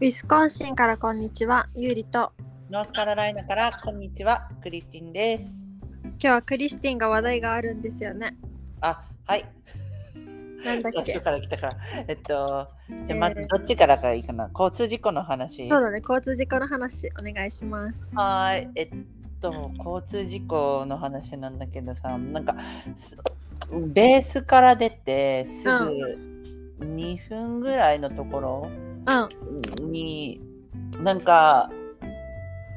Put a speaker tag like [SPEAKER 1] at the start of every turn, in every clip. [SPEAKER 1] ウィスコンシンからこんにちは、ゆうりと。
[SPEAKER 2] ノースカロライナからこんにちは、クリスティンです。
[SPEAKER 1] 今日はクリスティンが話題があるんですよね。
[SPEAKER 2] あ、はい。
[SPEAKER 1] なんだっ
[SPEAKER 2] 最
[SPEAKER 1] け
[SPEAKER 2] 初。から来たから。えっと、じゃあま
[SPEAKER 1] え
[SPEAKER 2] ず
[SPEAKER 1] ー
[SPEAKER 2] どっちからがいいかな。交通事故の話。
[SPEAKER 1] そうだね、交通事故の話お願いします。
[SPEAKER 2] はーい。えっと、交通事故の話なんだけどさ、なんか、すベースから出てすぐ2分ぐらいのところ
[SPEAKER 1] うん、
[SPEAKER 2] に、なんか、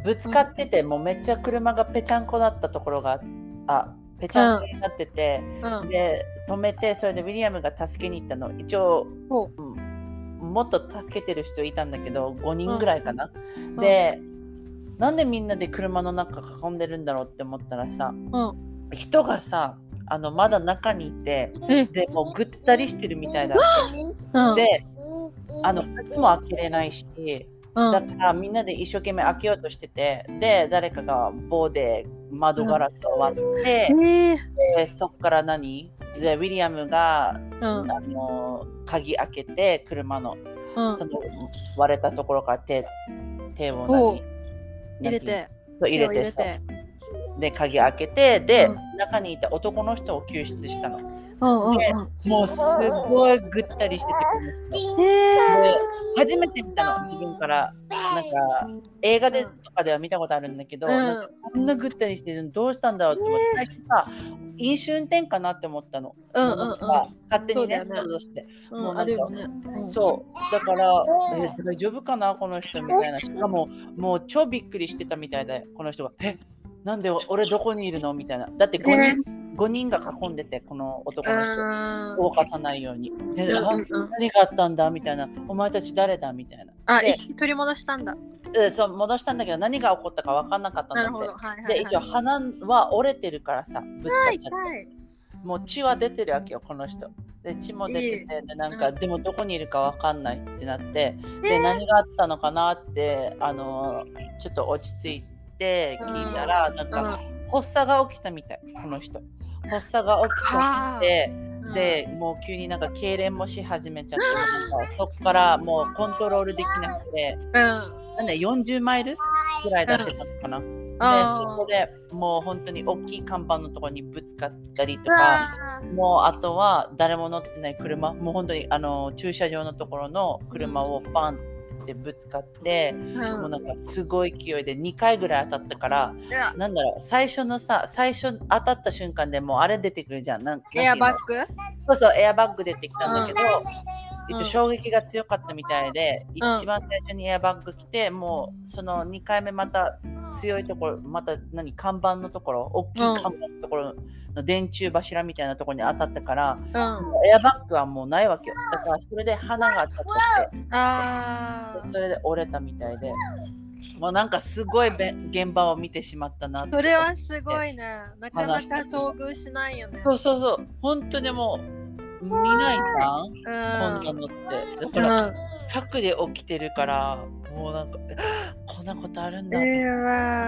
[SPEAKER 2] ぶつかってて、もうめっちゃ車がぺちゃんこだったところが、あ、ぺちゃんこになってて、
[SPEAKER 1] うん、
[SPEAKER 2] で止めてそれでウィリアムが助けに行ったの一応
[SPEAKER 1] ほう
[SPEAKER 2] もっと助けてる人いたんだけど5人ぐらいかな、で、なんでみんなで車の中囲んでるんだろうって思ったらさ
[SPEAKER 1] うん、
[SPEAKER 2] 人がさあのまだ中にいて
[SPEAKER 1] え、
[SPEAKER 2] でもうぐったりしてるみたいだ
[SPEAKER 1] うん、
[SPEAKER 2] であの靴も開けれないし
[SPEAKER 1] うん、
[SPEAKER 2] だからみんなで一生懸命開けようとしててで誰かが棒で窓ガラスを割って、
[SPEAKER 1] えー、
[SPEAKER 2] でそこから何でウィリアムが
[SPEAKER 1] うん、
[SPEAKER 2] あの鍵開けて車の
[SPEAKER 1] うん
[SPEAKER 2] そ、の割れたところから手手を何
[SPEAKER 1] おう入
[SPEAKER 2] な
[SPEAKER 1] れ
[SPEAKER 2] んていう
[SPEAKER 1] て、
[SPEAKER 2] そう入れ
[SPEAKER 1] 手を
[SPEAKER 2] てで鍵開けてで、中にいた男の人を救出したの
[SPEAKER 1] うん、うん、
[SPEAKER 2] もうすごいぐったりしてて
[SPEAKER 1] うん、え
[SPEAKER 2] で初めて見たの自分からなんか映画でとかでは見たことあるんだけど、
[SPEAKER 1] ー、
[SPEAKER 2] なんかこんなぐったりしてるのどうしたんだろうって思って最初さ飲酒運転かなって思ったの、
[SPEAKER 1] うん、うん、うん、
[SPEAKER 2] なんか勝手にね
[SPEAKER 1] そうだよね
[SPEAKER 2] 想像して
[SPEAKER 1] うん、うん、あるよね。
[SPEAKER 2] そうだから、えー大丈夫かなこの人みたいなしかももう超びっくりしてたみたいでこの人が「えなんで俺どこにいるの?」みたいなだって5人,、
[SPEAKER 1] ね
[SPEAKER 2] 5人が囲んでてこの男の人
[SPEAKER 1] あ
[SPEAKER 2] 動かさないように「で
[SPEAKER 1] ー、
[SPEAKER 2] あ
[SPEAKER 1] うん、うん、
[SPEAKER 2] 何があったんだ?」みたいな「お前たち誰だ?」みたいな
[SPEAKER 1] あ、
[SPEAKER 2] で
[SPEAKER 1] 一匹取り戻したんだ。
[SPEAKER 2] うんそう戻したんだけど何が起こったか分かんなかった
[SPEAKER 1] なる
[SPEAKER 2] んだ
[SPEAKER 1] ほ
[SPEAKER 2] っ
[SPEAKER 1] ど、
[SPEAKER 2] て。
[SPEAKER 1] はい、はい、は
[SPEAKER 2] で
[SPEAKER 1] い。
[SPEAKER 2] 一応鼻は折れてるからさぶつかっちゃって
[SPEAKER 1] はい、
[SPEAKER 2] もう血は出てるわけよこの人で血も出ててでなん
[SPEAKER 1] う
[SPEAKER 2] か
[SPEAKER 1] ん
[SPEAKER 2] でもどこにいるかわかんないってなって
[SPEAKER 1] え
[SPEAKER 2] で何があったのかなってあのーちょっと落ち着いて聞いたらなんか発作が起きたみたいこの人発作が起きちゃって
[SPEAKER 1] うん、
[SPEAKER 2] でもう急になんか痙攣もし始めちゃってなんかそこからもうコントロールできなくて
[SPEAKER 1] うん、
[SPEAKER 2] なんだ40マイルぐらい出してたのかな。で
[SPEAKER 1] あ
[SPEAKER 2] そ
[SPEAKER 1] ー
[SPEAKER 2] こでもう本当に大きい看板のところにぶつかったりと
[SPEAKER 1] う
[SPEAKER 2] か。
[SPEAKER 1] わー
[SPEAKER 2] もうあとは誰も乗ってない車、もう本当にあの駐車場のところの車をバンってぶつかって、もうなんかすごい勢いで2回ぐらい当たったから、
[SPEAKER 1] いや
[SPEAKER 2] なんだろう、最初のさ、最初当たった瞬間でもうあれ出てくるじゃん。なんなんていう
[SPEAKER 1] エ
[SPEAKER 2] の
[SPEAKER 1] アバッグ
[SPEAKER 2] そうそう、エアバッグ出てきたんだけど、
[SPEAKER 1] うん
[SPEAKER 2] 一応衝撃が強かったみたいで、
[SPEAKER 1] うん
[SPEAKER 2] 一番最初にエアバッグ来て、もうその2回目また強いところ、また何、看板のところ、大きい看板のところの電柱柱みたいなところに当たったから、
[SPEAKER 1] うん。
[SPEAKER 2] エアバッグはもうないわけよ。だからそれで花が当たっち
[SPEAKER 1] あ
[SPEAKER 2] ゃって、
[SPEAKER 1] あ。
[SPEAKER 2] それで折れたみたいで、もうなんかすごいべ現場を見てしまったなって
[SPEAKER 1] それはすごいね。なかなか遭遇しないよね。
[SPEAKER 2] そうそうそう、本当にもう見ないな、
[SPEAKER 1] う
[SPEAKER 2] こ
[SPEAKER 1] ん
[SPEAKER 2] んな。のって。だ
[SPEAKER 1] う
[SPEAKER 2] から、
[SPEAKER 1] ん、
[SPEAKER 2] 近くで起きてるから、もうなんか、こんなことあるん
[SPEAKER 1] え
[SPEAKER 2] だ。
[SPEAKER 1] ー、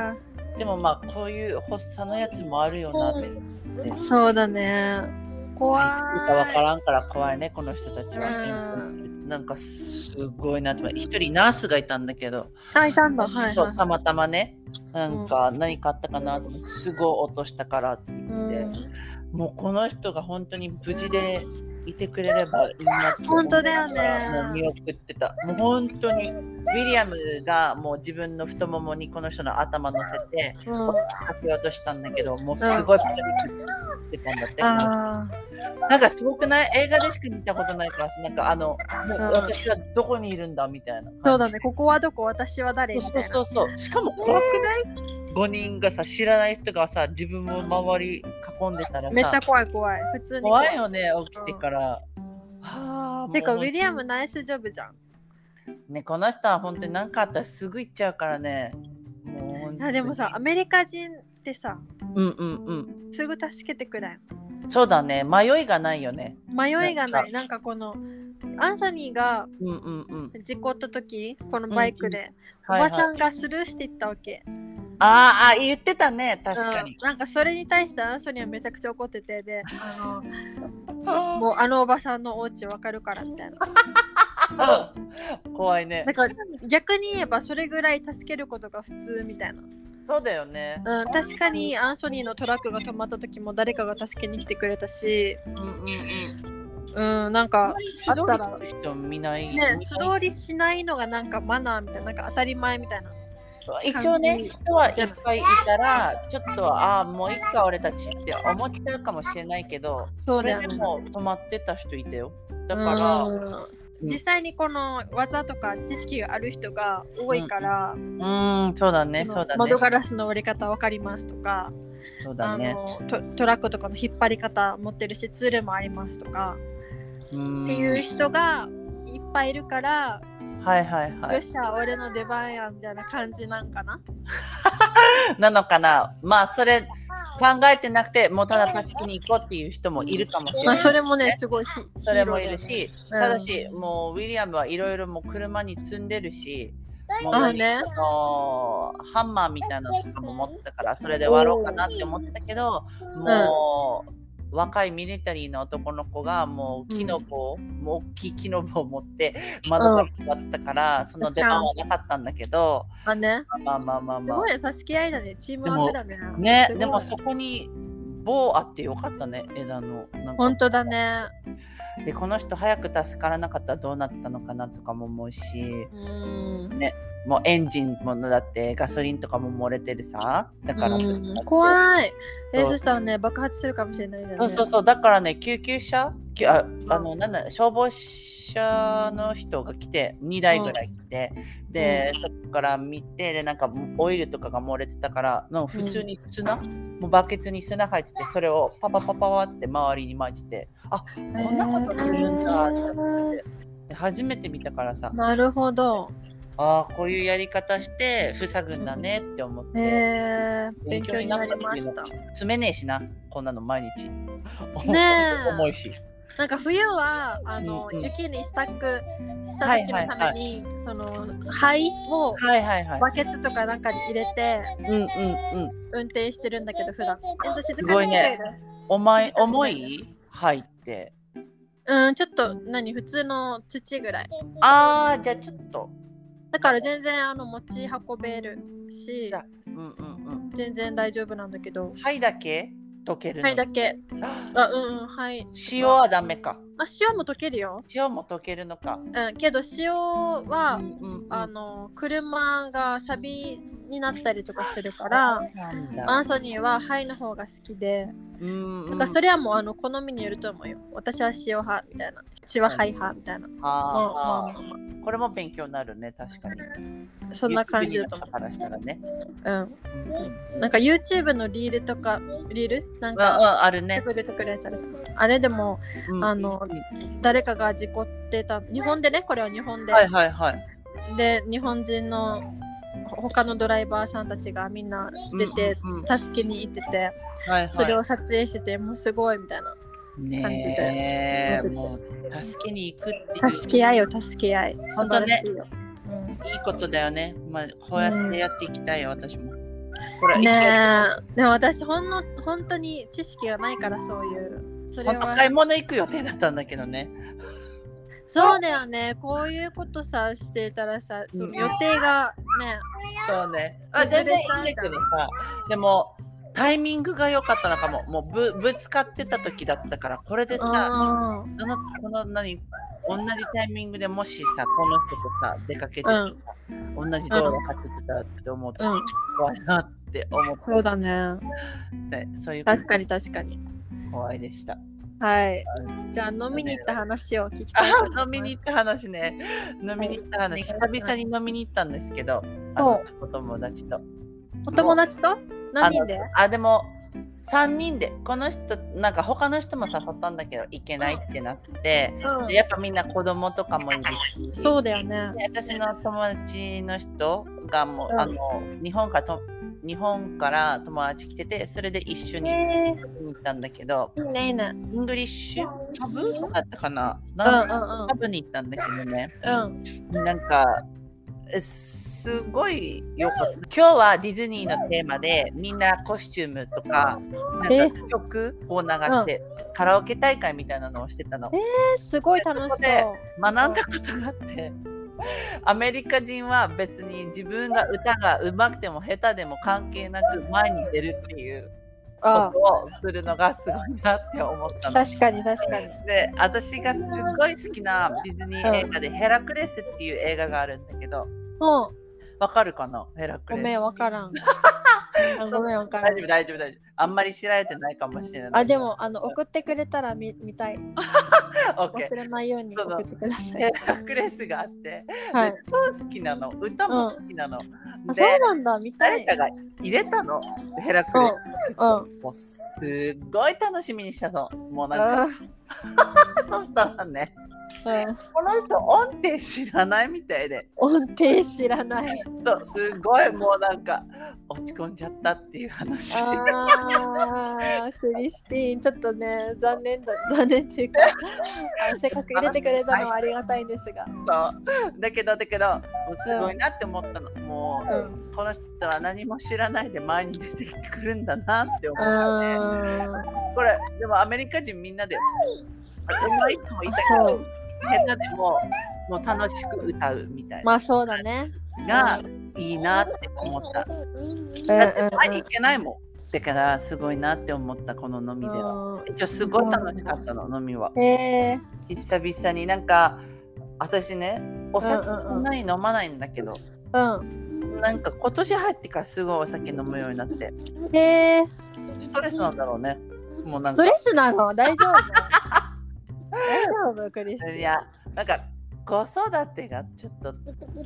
[SPEAKER 1] わ
[SPEAKER 2] でもまあ、こういう発作のやつもあるよなって。
[SPEAKER 1] ーそうだね。怖
[SPEAKER 2] いつ来るかわか
[SPEAKER 1] い。
[SPEAKER 2] らんから怖いね、この人たちは。
[SPEAKER 1] う
[SPEAKER 2] なんかすごいなって思う。一人ナースがいたんだけど、
[SPEAKER 1] あ、いたんだ。はい、
[SPEAKER 2] そう
[SPEAKER 1] は
[SPEAKER 2] たまたまねなんか何かあったかなと思ってすごい落としたからって
[SPEAKER 1] い。
[SPEAKER 2] 言って、
[SPEAKER 1] うん
[SPEAKER 2] もうこの人が本当に無事でいてくれればいいなって思い
[SPEAKER 1] 本当だ
[SPEAKER 2] な
[SPEAKER 1] よ
[SPEAKER 2] が
[SPEAKER 1] ね
[SPEAKER 2] らもう見送ってたもう本当にウィリアムがもう自分の太ももにこの人の頭乗せて
[SPEAKER 1] うん
[SPEAKER 2] 落ち着かせようとしたんだけどもうすごいパニックってたんだって、
[SPEAKER 1] あ
[SPEAKER 2] なんかすごくない映画でしか見たことないからなんかあのもう
[SPEAKER 1] うん
[SPEAKER 2] 私はどこにいるんだみたいな
[SPEAKER 1] ーそうだね。ここはどこ私は誰み
[SPEAKER 2] そ
[SPEAKER 1] た
[SPEAKER 2] う
[SPEAKER 1] いな。
[SPEAKER 2] そうそうそう。しかも怖くない、?5 人がさ、知らない人がさ、自分を周り囲んでたらさ、
[SPEAKER 1] めっちゃ怖い怖い。普通に
[SPEAKER 2] 怖いよね、起きてから。はあ、
[SPEAKER 1] てか、ウ
[SPEAKER 2] もう
[SPEAKER 1] ィリアムナイスジョブじゃん。
[SPEAKER 2] ね、この人は本当に何かあったらすぐ行っちゃうからね。もう本当に
[SPEAKER 1] あでもさ、ア、メリカ人ってさ、
[SPEAKER 2] うんうんうん。
[SPEAKER 1] すぐ助けてくれん。
[SPEAKER 2] そうだね、迷いがないよね。
[SPEAKER 1] 迷いがない。なんかこの、アンソニーが
[SPEAKER 2] うんうんうん。
[SPEAKER 1] 事故った時このバイクで、
[SPEAKER 2] はい
[SPEAKER 1] お
[SPEAKER 2] は
[SPEAKER 1] ば
[SPEAKER 2] い
[SPEAKER 1] さんがスルーしていったわけ、
[SPEAKER 2] あーあー、言ってたね、確か
[SPEAKER 1] う
[SPEAKER 2] に
[SPEAKER 1] ん。なんかそれに対してあの人にはめちゃくちゃ怒っててであのもうあのおばさんのお家わかるからみたいな
[SPEAKER 2] 怖いね
[SPEAKER 1] なん。か逆に言えばそれぐらい助けることが普通みたい
[SPEAKER 2] そうだよね。
[SPEAKER 1] な、うん、確かにアンソニーのトラックが止まった時も誰かが助けに来てくれたし
[SPEAKER 2] うんうんうん。
[SPEAKER 1] うんなん
[SPEAKER 2] あん
[SPEAKER 1] か
[SPEAKER 2] まり素通りする人見ない。
[SPEAKER 1] ね素通りしないのがなんかマナーみたいななんか当たり前みたいな
[SPEAKER 2] 一応ね、
[SPEAKER 1] 感じ
[SPEAKER 2] 人はいっぱいいたら、ちょっと、ああ、もういっか、俺たちって思っちゃうかもしれないけど、
[SPEAKER 1] そ
[SPEAKER 2] それでも止まってた人いたよ。だから、う
[SPEAKER 1] うん実際にこの技とか知識がある人が多いから、
[SPEAKER 2] ーん、そうだね、
[SPEAKER 1] その
[SPEAKER 2] そうだね
[SPEAKER 1] 窓。ガラスの割り方わかりますとか、
[SPEAKER 2] そうだ
[SPEAKER 1] あ
[SPEAKER 2] ね。
[SPEAKER 1] のトトラックとかの引っ張り方持ってるしツールもありますとか、
[SPEAKER 2] うーん
[SPEAKER 1] っていう人がいっぱいいるから、
[SPEAKER 2] はいはいは
[SPEAKER 1] よっ
[SPEAKER 2] い。
[SPEAKER 1] しゃ俺の出番やみたいな感じなんかな。
[SPEAKER 2] なのかなまあ、それ考えてなくて、もうただ助けに行こうっていう人もいるかもしれ
[SPEAKER 1] ま
[SPEAKER 2] な
[SPEAKER 1] あ
[SPEAKER 2] い。
[SPEAKER 1] それもねすごいし
[SPEAKER 2] それもいる。し、
[SPEAKER 1] うん
[SPEAKER 2] ただし、もうウィリアムはいろいろもう車に積んでるし、もう
[SPEAKER 1] ああね
[SPEAKER 2] そのハンマーみたいなのとかも持ってたから、それで割ろうかなって思ってたけど、もう若いミリタリーの男の子がもう木の棒、もう大きい木の棒を持って窓から配ってたから、その出番はなかったんだけど、
[SPEAKER 1] まあね
[SPEAKER 2] まあまあまあ
[SPEAKER 1] す
[SPEAKER 2] ま
[SPEAKER 1] ご
[SPEAKER 2] あ。
[SPEAKER 1] いね助け合いだねチームワークだね。
[SPEAKER 2] ね
[SPEAKER 1] す、ごい
[SPEAKER 2] でもそこに棒あってよかったね、枝の。なんか
[SPEAKER 1] 本当だね。
[SPEAKER 2] でこの人早く助からなかったらどうなってたのかなとかも思うし
[SPEAKER 1] うん。
[SPEAKER 2] もうエンジンもだってガソリンとかも漏れてるさだから、
[SPEAKER 1] うん怖い。え
[SPEAKER 2] そう
[SPEAKER 1] そしたらね爆発するかもしれないんだよ
[SPEAKER 2] そ
[SPEAKER 1] ね。
[SPEAKER 2] うそうそうだからね救急車きゅああのなんだ消防車の人が来て2台ぐらい来て、で、そこから見てでなんかオイルとかが漏れてたからの普通に砂、もうバケツに砂入っててそれをパパパパワって周りにまいててあこんなことするんだって思ってで初めて見たからさ
[SPEAKER 1] なるほど。
[SPEAKER 2] ああこういうやり方して塞ぐんだねって思って、
[SPEAKER 1] えー、勉強になりました。
[SPEAKER 2] 詰めねえしなこんなの毎日
[SPEAKER 1] ねえ
[SPEAKER 2] 重いし
[SPEAKER 1] なんか冬はあの、
[SPEAKER 2] うんうん
[SPEAKER 1] 雪に支度した時のために、その灰を
[SPEAKER 2] はいはいはい
[SPEAKER 1] バケツとかなんかに入れて
[SPEAKER 2] うんうんうん
[SPEAKER 1] 運転してるんだけど普段。えっと静
[SPEAKER 2] す
[SPEAKER 1] か
[SPEAKER 2] ご
[SPEAKER 1] に
[SPEAKER 2] い
[SPEAKER 1] して
[SPEAKER 2] ね
[SPEAKER 1] る。
[SPEAKER 2] お前重い入って
[SPEAKER 1] うん、ちょっと何普通の土ぐらい。
[SPEAKER 2] あーじゃあちょっと
[SPEAKER 1] だから全然あの持ち運べるし
[SPEAKER 2] だ、うんうんうん
[SPEAKER 1] 全然大丈夫なんだけど。
[SPEAKER 2] はいだけ溶けるの
[SPEAKER 1] はいだけ。
[SPEAKER 2] あ
[SPEAKER 1] あ、うんうん、はい。
[SPEAKER 2] 塩はダメか
[SPEAKER 1] あ、塩も溶けるよ。
[SPEAKER 2] 塩も溶けるのか
[SPEAKER 1] うん、けど塩は、
[SPEAKER 2] うんうんうん
[SPEAKER 1] あの車がサビになったりとかするから
[SPEAKER 2] なん
[SPEAKER 1] ア
[SPEAKER 2] だ
[SPEAKER 1] ンソニーはハイの方が好きで
[SPEAKER 2] うんう
[SPEAKER 1] だ
[SPEAKER 2] ん
[SPEAKER 1] からそれはもうあの好みによると思うよ私は塩派みたいなうちはハイ派みたいな、
[SPEAKER 2] あー
[SPEAKER 1] うんうん
[SPEAKER 2] これも勉強になるね確かに
[SPEAKER 1] うんそんな感じだと思
[SPEAKER 2] うからしたらね
[SPEAKER 1] う、
[SPEAKER 2] う
[SPEAKER 1] うんん、なんか YouTube のリールとかリールなん
[SPEAKER 2] あ
[SPEAKER 1] か
[SPEAKER 2] あある
[SPEAKER 1] す
[SPEAKER 2] ね。
[SPEAKER 1] ぐ出てくるやつあるさあれでも
[SPEAKER 2] うん
[SPEAKER 1] あの誰かが事故ってた日本でねこれは日本で、
[SPEAKER 2] はいはいはい。
[SPEAKER 1] で日本人の他のドライバーさんたちがみんな出て
[SPEAKER 2] うんうんうん
[SPEAKER 1] 助けに行ってて
[SPEAKER 2] はいはい、
[SPEAKER 1] それを撮影しててもうすごいみたいな感じで
[SPEAKER 2] ねえもう助けに行くっていう
[SPEAKER 1] 助け合いよ助け合い
[SPEAKER 2] 本当
[SPEAKER 1] 素
[SPEAKER 2] ね
[SPEAKER 1] 晴らしいよ
[SPEAKER 2] いいことだよね。まあこうやってやっていきたいよ、私も。これ
[SPEAKER 1] うん、ねえでも私ほんの本当に知識がないからそういうそれ
[SPEAKER 2] 本当買い
[SPEAKER 1] は
[SPEAKER 2] 物行く予定だったんだけどね。
[SPEAKER 1] そうだよねこういうことさしてたらさその予定がね
[SPEAKER 2] そうね。あ全然いいんだけどさ。でもタイミングが良かったのかも。もうぶぶつかってた時だったからこれでさ、
[SPEAKER 1] うん
[SPEAKER 2] そのこの何同じタイミングでもしさこの人とさ出かけててさ、同じ道路走ってたって思うと
[SPEAKER 1] うん
[SPEAKER 2] 怖いなって思って。
[SPEAKER 1] そうだね
[SPEAKER 2] ねそういうこと
[SPEAKER 1] 確かに確かに
[SPEAKER 2] 怖いでした。
[SPEAKER 1] はいじゃあ飲みに行った話を聞きたいと思います
[SPEAKER 2] 飲みに行った話ね。飲みに行った
[SPEAKER 1] はい
[SPEAKER 2] 話。久々に飲みに行ったんですけど、あのお友達と。
[SPEAKER 1] お友達と何人で
[SPEAKER 2] あのあ、でも3人で、この人、なんか他の人も誘ったんだけど、行けないってなって、
[SPEAKER 1] うん
[SPEAKER 2] でやっぱみんな子供とかもいるし。
[SPEAKER 1] そうだよね。
[SPEAKER 2] で私の友達の人がもう、
[SPEAKER 1] うん
[SPEAKER 2] あの日本からと日本から友達来ててそれで一緒に行
[SPEAKER 1] え
[SPEAKER 2] ったんだけど、
[SPEAKER 1] ー、いいねいいね。
[SPEAKER 2] イングリッシュパブだったかな、
[SPEAKER 1] うんう
[SPEAKER 2] なん
[SPEAKER 1] ん
[SPEAKER 2] パブに行ったんだけどね、
[SPEAKER 1] うん。
[SPEAKER 2] なんか、えすすごいよかった。今日はディズニーのテーマでみんなコスチュームとかなん
[SPEAKER 1] え
[SPEAKER 2] か曲を流して、カラオケ大会みたいなのをしてたの。
[SPEAKER 1] えすごい楽し
[SPEAKER 2] そこで学んだことがあって。アメリカ人は別に自分が歌が上手くても下手でも関係なく前に出るっていう
[SPEAKER 1] そう。あ
[SPEAKER 2] ことをするのがすごいなって思ったの。
[SPEAKER 1] 確かに確かに。
[SPEAKER 2] で私がすごい好きなディズニー映画で「ヘラクレス」っていう映画があるんだけど
[SPEAKER 1] うん。
[SPEAKER 2] わかるかなヘラクレ
[SPEAKER 1] ご
[SPEAKER 2] ス
[SPEAKER 1] めん、わ からん。あごめん、わから
[SPEAKER 2] 大
[SPEAKER 1] ん
[SPEAKER 2] 丈。夫大丈夫大丈夫あんまり知られてないかもしれない
[SPEAKER 1] あ、でも、あの、送ってくれたら見見たい。
[SPEAKER 2] オッケ
[SPEAKER 1] 忘
[SPEAKER 2] ー
[SPEAKER 1] れないように
[SPEAKER 2] そうだ
[SPEAKER 1] 送ってくださ
[SPEAKER 2] ヘ
[SPEAKER 1] い。
[SPEAKER 2] ラクレスがあって、
[SPEAKER 1] は
[SPEAKER 2] で
[SPEAKER 1] い。
[SPEAKER 2] 超好きなの歌も好きなの、
[SPEAKER 1] あ、そ
[SPEAKER 2] で
[SPEAKER 1] うなんだ、見た
[SPEAKER 2] 誰
[SPEAKER 1] い。
[SPEAKER 2] かが入れたのヘラクレス
[SPEAKER 1] うん。うん。
[SPEAKER 2] もうすっごい楽しみにしたのもうなんか
[SPEAKER 1] あ
[SPEAKER 2] そしたらね
[SPEAKER 1] ーうん
[SPEAKER 2] この人音程知らないみたいで
[SPEAKER 1] 音程知らない。
[SPEAKER 2] そうすごいもうなんか落ち込んじゃったっていう話
[SPEAKER 1] ああ、 クリスティーン、ちょっとね、残念だ、残念という か、あのせっかく入れてくれたのはありがたいんですが。
[SPEAKER 2] そうだけどだけどもうすごいなって思ったの、もう、
[SPEAKER 1] う
[SPEAKER 2] この人は何も知らないで前に出てくるんだなって思ったね
[SPEAKER 1] ん。
[SPEAKER 2] これでもアメリカ人みんなでうまい人もいたけ
[SPEAKER 1] そ
[SPEAKER 2] ど
[SPEAKER 1] う。
[SPEAKER 2] 下手でももう楽しく歌うみたい
[SPEAKER 1] ま
[SPEAKER 2] な
[SPEAKER 1] あそうだね。
[SPEAKER 2] のがいいなって思った、
[SPEAKER 1] うん
[SPEAKER 2] だって前に行けないもんだからすごいなって思ったこの飲みでは一応すごい楽しかったの飲みは
[SPEAKER 1] うんえ
[SPEAKER 2] 久々になんか私ねお酒
[SPEAKER 1] うんうんうん
[SPEAKER 2] そんなに飲まないんだけど、
[SPEAKER 1] ー、うん。
[SPEAKER 2] なんか今年入ってからすごいお酒飲むようになって
[SPEAKER 1] えー、
[SPEAKER 2] ストレスなんだろうねもうなん
[SPEAKER 1] ス
[SPEAKER 2] か
[SPEAKER 1] トレスなの大丈夫大丈 夫クリス
[SPEAKER 2] い
[SPEAKER 1] テ
[SPEAKER 2] やなんか子育てがちょっと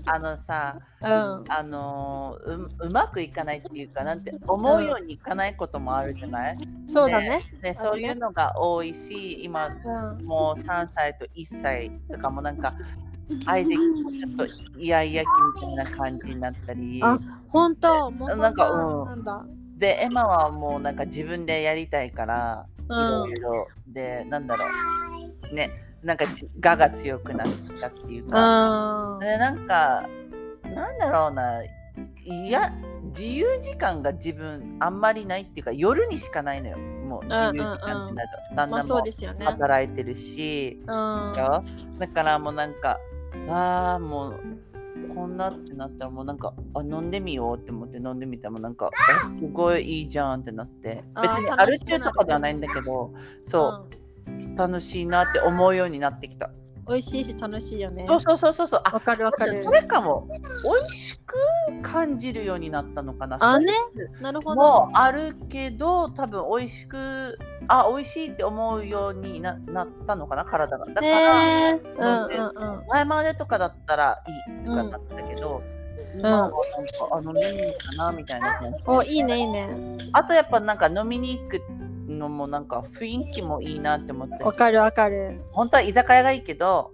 [SPEAKER 2] あのさ
[SPEAKER 1] ィ。うん。
[SPEAKER 2] あのーううまくいかないっていうかなんて思うようにいかないこともあるじゃない、
[SPEAKER 1] そうだね。
[SPEAKER 2] ね、そういうのが多いし今
[SPEAKER 1] うん。
[SPEAKER 2] もう3歳と1歳とかもなんか相手ちょっとイヤイヤ期みたいな感じになったり
[SPEAKER 1] あ本当もうそ
[SPEAKER 2] なんかうん
[SPEAKER 1] なんだ。
[SPEAKER 2] でエマはもうなんか自分でやりたいからいろいろでなんだろうねなんかじ我が強くなってきたっていうか、
[SPEAKER 1] うん。
[SPEAKER 2] でなんかなんだろうないや自由時間が自分あんまりないっていうか夜にしかないのよもう自由時間ってなる
[SPEAKER 1] ま
[SPEAKER 2] と、
[SPEAKER 1] あ
[SPEAKER 2] 旦那
[SPEAKER 1] そう
[SPEAKER 2] も
[SPEAKER 1] ですよね。
[SPEAKER 2] 働いてるし、
[SPEAKER 1] うん。あ
[SPEAKER 2] よだからもうなんかあーもうこんなってなったらもうなんかあ飲んでみようって思って飲んでみたらもうなんかあすごいいいじゃんってなって
[SPEAKER 1] あー。
[SPEAKER 2] 別にアル中とかではないんだけどそうう楽しいなって思うようになってきた
[SPEAKER 1] 美味しいし楽しいよね。
[SPEAKER 2] そうそうそうそうそうあ
[SPEAKER 1] わかるわかる
[SPEAKER 2] そ。れかも美味しく感じるようになったのかな
[SPEAKER 1] あね。なるほど。
[SPEAKER 2] もうあるけど多分美味しくあ美味しいって思うようにななったのかな体がだか
[SPEAKER 1] へ
[SPEAKER 2] ら、
[SPEAKER 1] えー。うんうんうん。
[SPEAKER 2] 前までとかだったらいいとかだったけど、今はなんかあ飲みに行くかなみたいな感じ
[SPEAKER 1] おいいねいいね。
[SPEAKER 2] あとやっぱなんか飲みに行くのもなんか雰囲気もいいなって思った
[SPEAKER 1] わ
[SPEAKER 2] し
[SPEAKER 1] かるわかる。
[SPEAKER 2] 本当は居酒屋がいいけど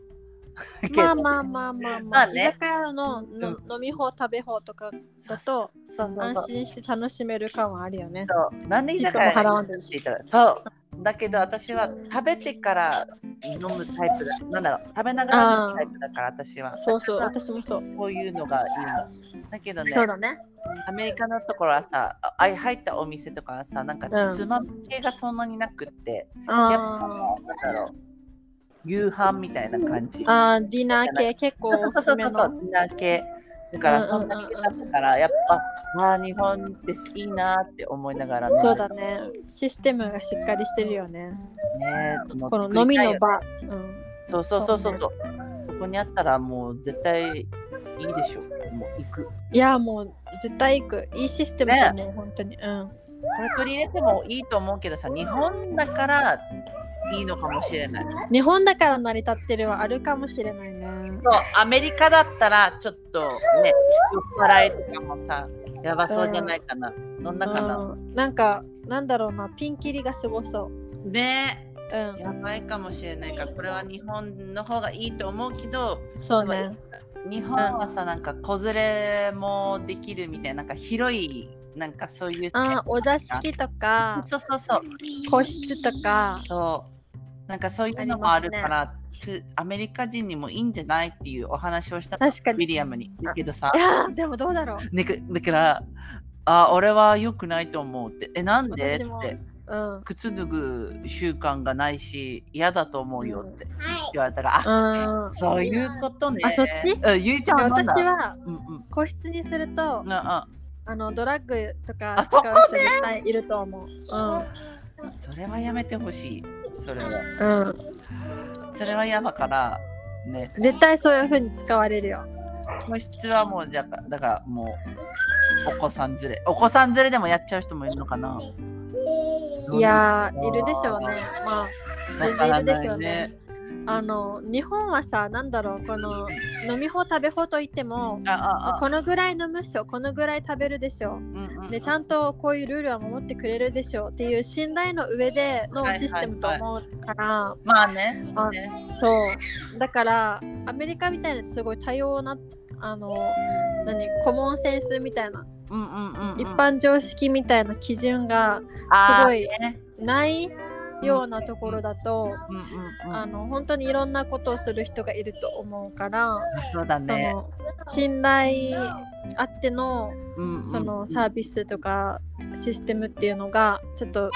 [SPEAKER 2] け
[SPEAKER 1] まあ
[SPEAKER 2] ど
[SPEAKER 1] まあまあまあま
[SPEAKER 2] ま
[SPEAKER 1] あ。
[SPEAKER 2] あ
[SPEAKER 1] 居
[SPEAKER 2] ね
[SPEAKER 1] 酒屋のの飲み方食べ方とかだと
[SPEAKER 2] そうそうそう
[SPEAKER 1] 安心して楽しめる感はあるよね。
[SPEAKER 2] そうなんで居酒屋
[SPEAKER 1] 時間も払わ
[SPEAKER 2] がい
[SPEAKER 1] ん
[SPEAKER 2] い
[SPEAKER 1] で
[SPEAKER 2] って言ったらそうだけど私は食べてから飲むタイプだなんだろう食べながら飲むタイプだから私は
[SPEAKER 1] そうそう私もそう。
[SPEAKER 2] そういうのがいいのだけどね
[SPEAKER 1] そうだね。
[SPEAKER 2] アメリカのところはさああい入ったお店とかはさなんか
[SPEAKER 1] うん
[SPEAKER 2] つまみ系がそんなになくって、やっぱ
[SPEAKER 1] あ
[SPEAKER 2] なんだろう夕飯みたいな感じ
[SPEAKER 1] ーあーディナー系結構
[SPEAKER 2] そうそう
[SPEAKER 1] おすす
[SPEAKER 2] そう
[SPEAKER 1] め
[SPEAKER 2] そう
[SPEAKER 1] の。
[SPEAKER 2] ディナー系だからそんなにだったからやっぱあー日本っていいなって思いながらね
[SPEAKER 1] そうだね。システムがしっかりしてるよね。
[SPEAKER 2] ねもう
[SPEAKER 1] この
[SPEAKER 2] 作
[SPEAKER 1] 飲み
[SPEAKER 2] りたいよ
[SPEAKER 1] の場。うん。
[SPEAKER 2] そうそうそうそうそうここにあったらもう絶対いいでしょもう行く
[SPEAKER 1] いやもう絶対行く。いいシステムだね、本当に。うん。
[SPEAKER 2] これ取り入れてもいいと思うけどさ日本だからいいのかもしれない
[SPEAKER 1] 日本だから成り立ってるはあるかもしれないね。
[SPEAKER 2] そうアメリカだったらちょっとね酔っ払いとかもさやばそうじゃないかな、どんなかな、
[SPEAKER 1] うん、なんか、なんだろうな、ピンキリがすごそう。
[SPEAKER 2] ね
[SPEAKER 1] う
[SPEAKER 2] え
[SPEAKER 1] ん、
[SPEAKER 2] やばいかもしれないからこれは日本の方がいいと思うけど
[SPEAKER 1] そうね。
[SPEAKER 2] 日本はさなんか子連れもできるみたいななんか広いなんかそういう
[SPEAKER 1] あーお座敷とか、
[SPEAKER 2] そうそうそう
[SPEAKER 1] 個室とか、
[SPEAKER 2] そなんかそういうのもあるから、つアメリカ人にもいいんじゃないっていうお話をしたの
[SPEAKER 3] 確かに
[SPEAKER 2] ウィリアムに。だけどさ
[SPEAKER 1] い、やーでもどうだろう。
[SPEAKER 2] ね、だから、あ俺は良くないと思うって、え、なんでっ
[SPEAKER 3] 私も
[SPEAKER 2] て、
[SPEAKER 1] うん。
[SPEAKER 2] 靴脱ぐ習慣がないし、嫌だと思うよって言われたから、あ
[SPEAKER 1] うん。
[SPEAKER 2] そういうことね。
[SPEAKER 1] あそっち
[SPEAKER 2] うん、ゆいちゃんは飲ん
[SPEAKER 1] 私
[SPEAKER 2] だ。
[SPEAKER 1] は
[SPEAKER 2] うんうん
[SPEAKER 1] 個室にすると
[SPEAKER 2] うんうん
[SPEAKER 1] あのドラッグと
[SPEAKER 2] あ
[SPEAKER 1] か使
[SPEAKER 2] そうこね
[SPEAKER 1] 人絶対いると思う。う
[SPEAKER 2] それはやめてほしい。それは。
[SPEAKER 1] ん。うん。
[SPEAKER 2] それは嫌だから、ね、
[SPEAKER 1] 絶対そういう風に使われるよ。
[SPEAKER 2] 個室はもうじゃあだからもうお子さん連れお子さん連れでもやっちゃう人もいるのかな。
[SPEAKER 1] いや
[SPEAKER 2] あー
[SPEAKER 1] ーいるでしょうね。まあ
[SPEAKER 2] わ
[SPEAKER 1] 全
[SPEAKER 2] か
[SPEAKER 1] 然
[SPEAKER 2] ら
[SPEAKER 1] いるで
[SPEAKER 2] な
[SPEAKER 1] しょ
[SPEAKER 2] いう
[SPEAKER 1] ね
[SPEAKER 2] ね。。
[SPEAKER 1] あの日本はさなんだろうこの飲み放食べ放といっても
[SPEAKER 2] あああ。
[SPEAKER 1] このぐらい飲むっしょこのぐらい食べるでしょ
[SPEAKER 2] うんうん
[SPEAKER 1] でちゃんとこういうルールは守ってくれるでしょうっていう信頼の上でのシステムと思うから
[SPEAKER 2] まあね。
[SPEAKER 1] あ
[SPEAKER 2] ね
[SPEAKER 1] そうだからアメリカみたいなすごい多様なあの何コモンセンスみたいな
[SPEAKER 2] うんうんうんうん。
[SPEAKER 1] 一般常識みたいな基準がす
[SPEAKER 2] あ
[SPEAKER 1] ご
[SPEAKER 2] ー
[SPEAKER 1] い
[SPEAKER 2] ね
[SPEAKER 1] ないようなところだと
[SPEAKER 2] うんうんう
[SPEAKER 1] あ
[SPEAKER 2] ん。
[SPEAKER 1] の本当にいろんなことをする人がいると思うから
[SPEAKER 2] そうだ
[SPEAKER 1] そ
[SPEAKER 2] ね。
[SPEAKER 1] の信頼あっての
[SPEAKER 2] うんうん
[SPEAKER 1] そのサービスとかシステムっていうのがちょっと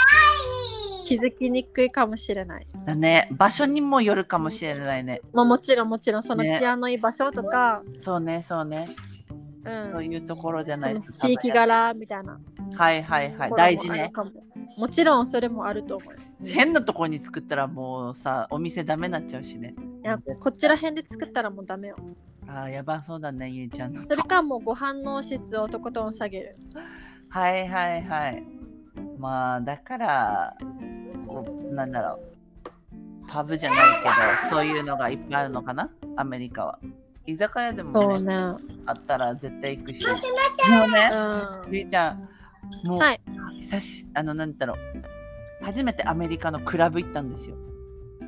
[SPEAKER 1] 気づきにくいかもしれない。
[SPEAKER 2] だね。場所にもよるかもしれないね。
[SPEAKER 1] まあ、もちろんもちろんその
[SPEAKER 2] ね
[SPEAKER 1] 治安のいい場所とか、
[SPEAKER 2] そうねそうね。
[SPEAKER 1] う、
[SPEAKER 2] そうんいうところじゃな
[SPEAKER 1] そ
[SPEAKER 2] い
[SPEAKER 1] の
[SPEAKER 2] と。
[SPEAKER 1] 地域。柄みたいな
[SPEAKER 2] はいはいはい
[SPEAKER 1] ところも。
[SPEAKER 2] 大事
[SPEAKER 1] ある
[SPEAKER 2] ね。
[SPEAKER 1] かも。もちろんそれもあると思う。
[SPEAKER 2] 変なところに作ったらもうさお店ダメになっちゃうしね。
[SPEAKER 1] いやこっちら辺で作ったらもうダメよ。
[SPEAKER 2] ああやばそうだねゆいちゃんの。
[SPEAKER 1] それかもうご飯の質をとことん下げる。
[SPEAKER 2] はいはいはい。まあだからこうなんだろうパブじゃないけどそういうのがいっぱいあるのかなアメリカは。居酒屋で
[SPEAKER 1] そ
[SPEAKER 2] も、
[SPEAKER 1] う
[SPEAKER 2] ね、
[SPEAKER 1] ね。
[SPEAKER 2] あったら絶対行くし。もうね
[SPEAKER 1] う
[SPEAKER 2] ゆいちゃんもう、
[SPEAKER 1] はい
[SPEAKER 2] 久しあのなんだろう初めてアメリカのクラブ行ったんですよ。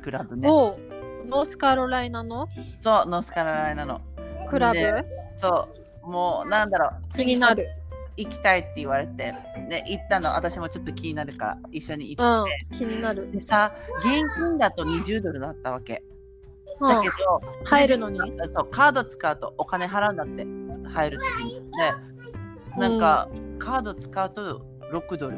[SPEAKER 2] クラブ
[SPEAKER 1] ん。
[SPEAKER 2] ね。
[SPEAKER 1] おうノースカロライナの
[SPEAKER 2] そうノースカロライナの。
[SPEAKER 1] クラブ、
[SPEAKER 2] ねそうもうなんだろう
[SPEAKER 1] 気になる。
[SPEAKER 2] 行きたいって言われてで行ったの私もちょっと気になるから一緒に
[SPEAKER 1] う
[SPEAKER 2] 行っ
[SPEAKER 1] ん、気になる。
[SPEAKER 2] て、でさ現金だと20ドルだったわけ
[SPEAKER 1] う
[SPEAKER 2] だ
[SPEAKER 1] ん
[SPEAKER 2] けど、
[SPEAKER 1] 入るのに。
[SPEAKER 2] そうカード使うとお金払うんだって入る時にでなんか、カード使うと6ドル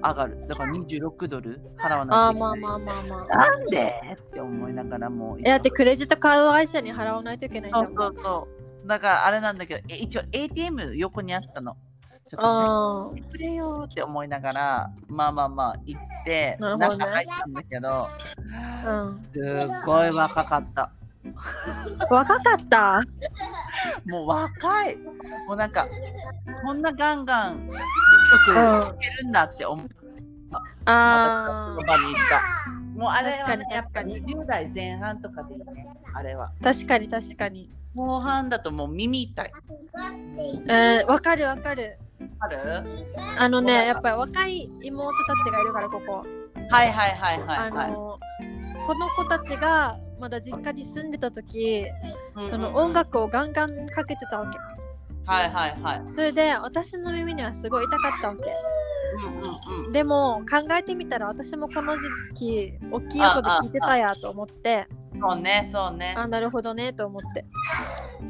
[SPEAKER 2] 上がるだから26ドル払わ
[SPEAKER 1] あ
[SPEAKER 2] な
[SPEAKER 1] あまあ
[SPEAKER 2] いといけない
[SPEAKER 1] まあまあまあ。
[SPEAKER 2] なんでって思いながらもう
[SPEAKER 1] えだってクレジットカード会社に払わないといけないん
[SPEAKER 2] そ
[SPEAKER 1] だ
[SPEAKER 2] うそ
[SPEAKER 1] もん
[SPEAKER 2] う。そうだからあれなんだけどえ一応 ATM 横にあったのちょっと
[SPEAKER 1] あー
[SPEAKER 2] くれよって思いながらまあまあまあ行って
[SPEAKER 1] なるほどね
[SPEAKER 2] 中入ったんだけど
[SPEAKER 1] うん、
[SPEAKER 2] すっごい若かった
[SPEAKER 1] 若かった
[SPEAKER 2] もう若いもうなんかこんなガンガ
[SPEAKER 1] う
[SPEAKER 2] ン
[SPEAKER 1] ん
[SPEAKER 2] 曲
[SPEAKER 1] あ
[SPEAKER 2] いけるんだって思った
[SPEAKER 1] あ
[SPEAKER 2] そばにいたもうあれは、ね、やっ
[SPEAKER 1] 確
[SPEAKER 2] ぱ
[SPEAKER 1] かに
[SPEAKER 2] 20代前半とかでいいねあれは
[SPEAKER 1] 確かに確かに
[SPEAKER 2] 後半だともう耳痛い
[SPEAKER 1] えーわ、かるわかる
[SPEAKER 2] あるはい
[SPEAKER 1] あのねやっぱり若い妹たちがいるからここ
[SPEAKER 2] はいはいは
[SPEAKER 1] あ
[SPEAKER 2] いはい
[SPEAKER 1] のこの子たちがまだ実家に住んでた時
[SPEAKER 2] うんうん
[SPEAKER 1] その音楽をガンガンかけてたわけ
[SPEAKER 2] はいはいはい
[SPEAKER 1] それで私の耳にはすごい痛かったわけ
[SPEAKER 2] うんうんうん
[SPEAKER 1] でも考えてみたら私もこの時期大きい音で聞いてたやと思って
[SPEAKER 2] そうねそうね
[SPEAKER 1] あなるほどねと思って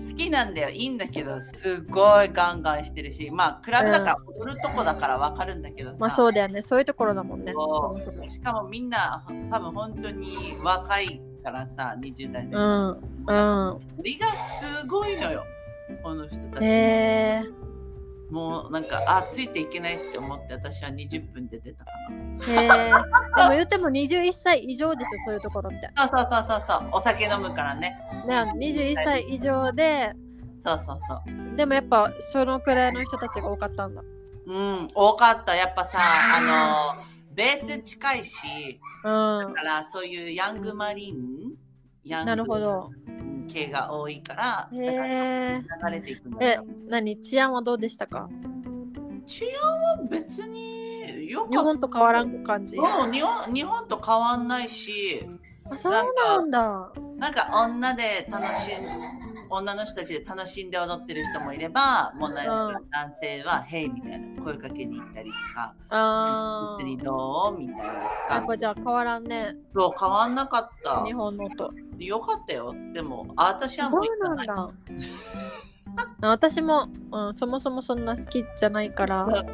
[SPEAKER 2] 好きなんだよいいんだけどすごいガンガンしてるしまあクラブだから踊るとこだからわかるんだけどさ、
[SPEAKER 1] まあそうだよねそういうところだもんねそ
[SPEAKER 2] そ
[SPEAKER 1] も
[SPEAKER 2] う
[SPEAKER 1] そも
[SPEAKER 2] しかもみんな多分本当に若いからさ20代で、
[SPEAKER 1] うんうん
[SPEAKER 2] 振りがすごいのよこの人たち、
[SPEAKER 1] へえ
[SPEAKER 2] もうなんかあついていけないって思って私は20分で出たか
[SPEAKER 1] へえでも言っても21歳以上ですよそういうところって
[SPEAKER 2] なそうそうそうそうそうお酒飲むからね
[SPEAKER 1] ね21歳以上で
[SPEAKER 2] そうそうそう
[SPEAKER 1] でもやっぱそのくらいの人たちが多かったんだ
[SPEAKER 2] うん多かったやっぱさあのベース近いし
[SPEAKER 1] う
[SPEAKER 2] だ
[SPEAKER 1] ん
[SPEAKER 2] からそういうヤングマリンヤング
[SPEAKER 1] なるほど
[SPEAKER 2] 系が多いから
[SPEAKER 1] へ
[SPEAKER 2] だから
[SPEAKER 1] え
[SPEAKER 2] 流れていくんだ
[SPEAKER 1] え
[SPEAKER 2] よ。
[SPEAKER 1] 何治安はどうでしたか
[SPEAKER 2] 治安は別によかった
[SPEAKER 1] 日本と変わらん感じ
[SPEAKER 2] うん日本日本と変わんないし
[SPEAKER 1] あそうなんだ
[SPEAKER 2] なんか女で楽しん女の人たちで楽しんで踊ってる人もいればもうな
[SPEAKER 1] うん
[SPEAKER 2] 男性は「へい」みたいな声かけに行ったりとか「
[SPEAKER 1] あ
[SPEAKER 2] 一緒に
[SPEAKER 1] ー
[SPEAKER 2] どう?」みたい
[SPEAKER 1] や
[SPEAKER 2] な
[SPEAKER 1] っ
[SPEAKER 2] とか
[SPEAKER 1] ぱじゃあ変わらんね
[SPEAKER 2] そう変わんなかった
[SPEAKER 1] 日本のと
[SPEAKER 2] よかったよでもあ私は
[SPEAKER 1] そ
[SPEAKER 2] もう行
[SPEAKER 1] う
[SPEAKER 2] か
[SPEAKER 1] な
[SPEAKER 2] なんい
[SPEAKER 1] だ私も、うん、そもそもそんな好きじゃないから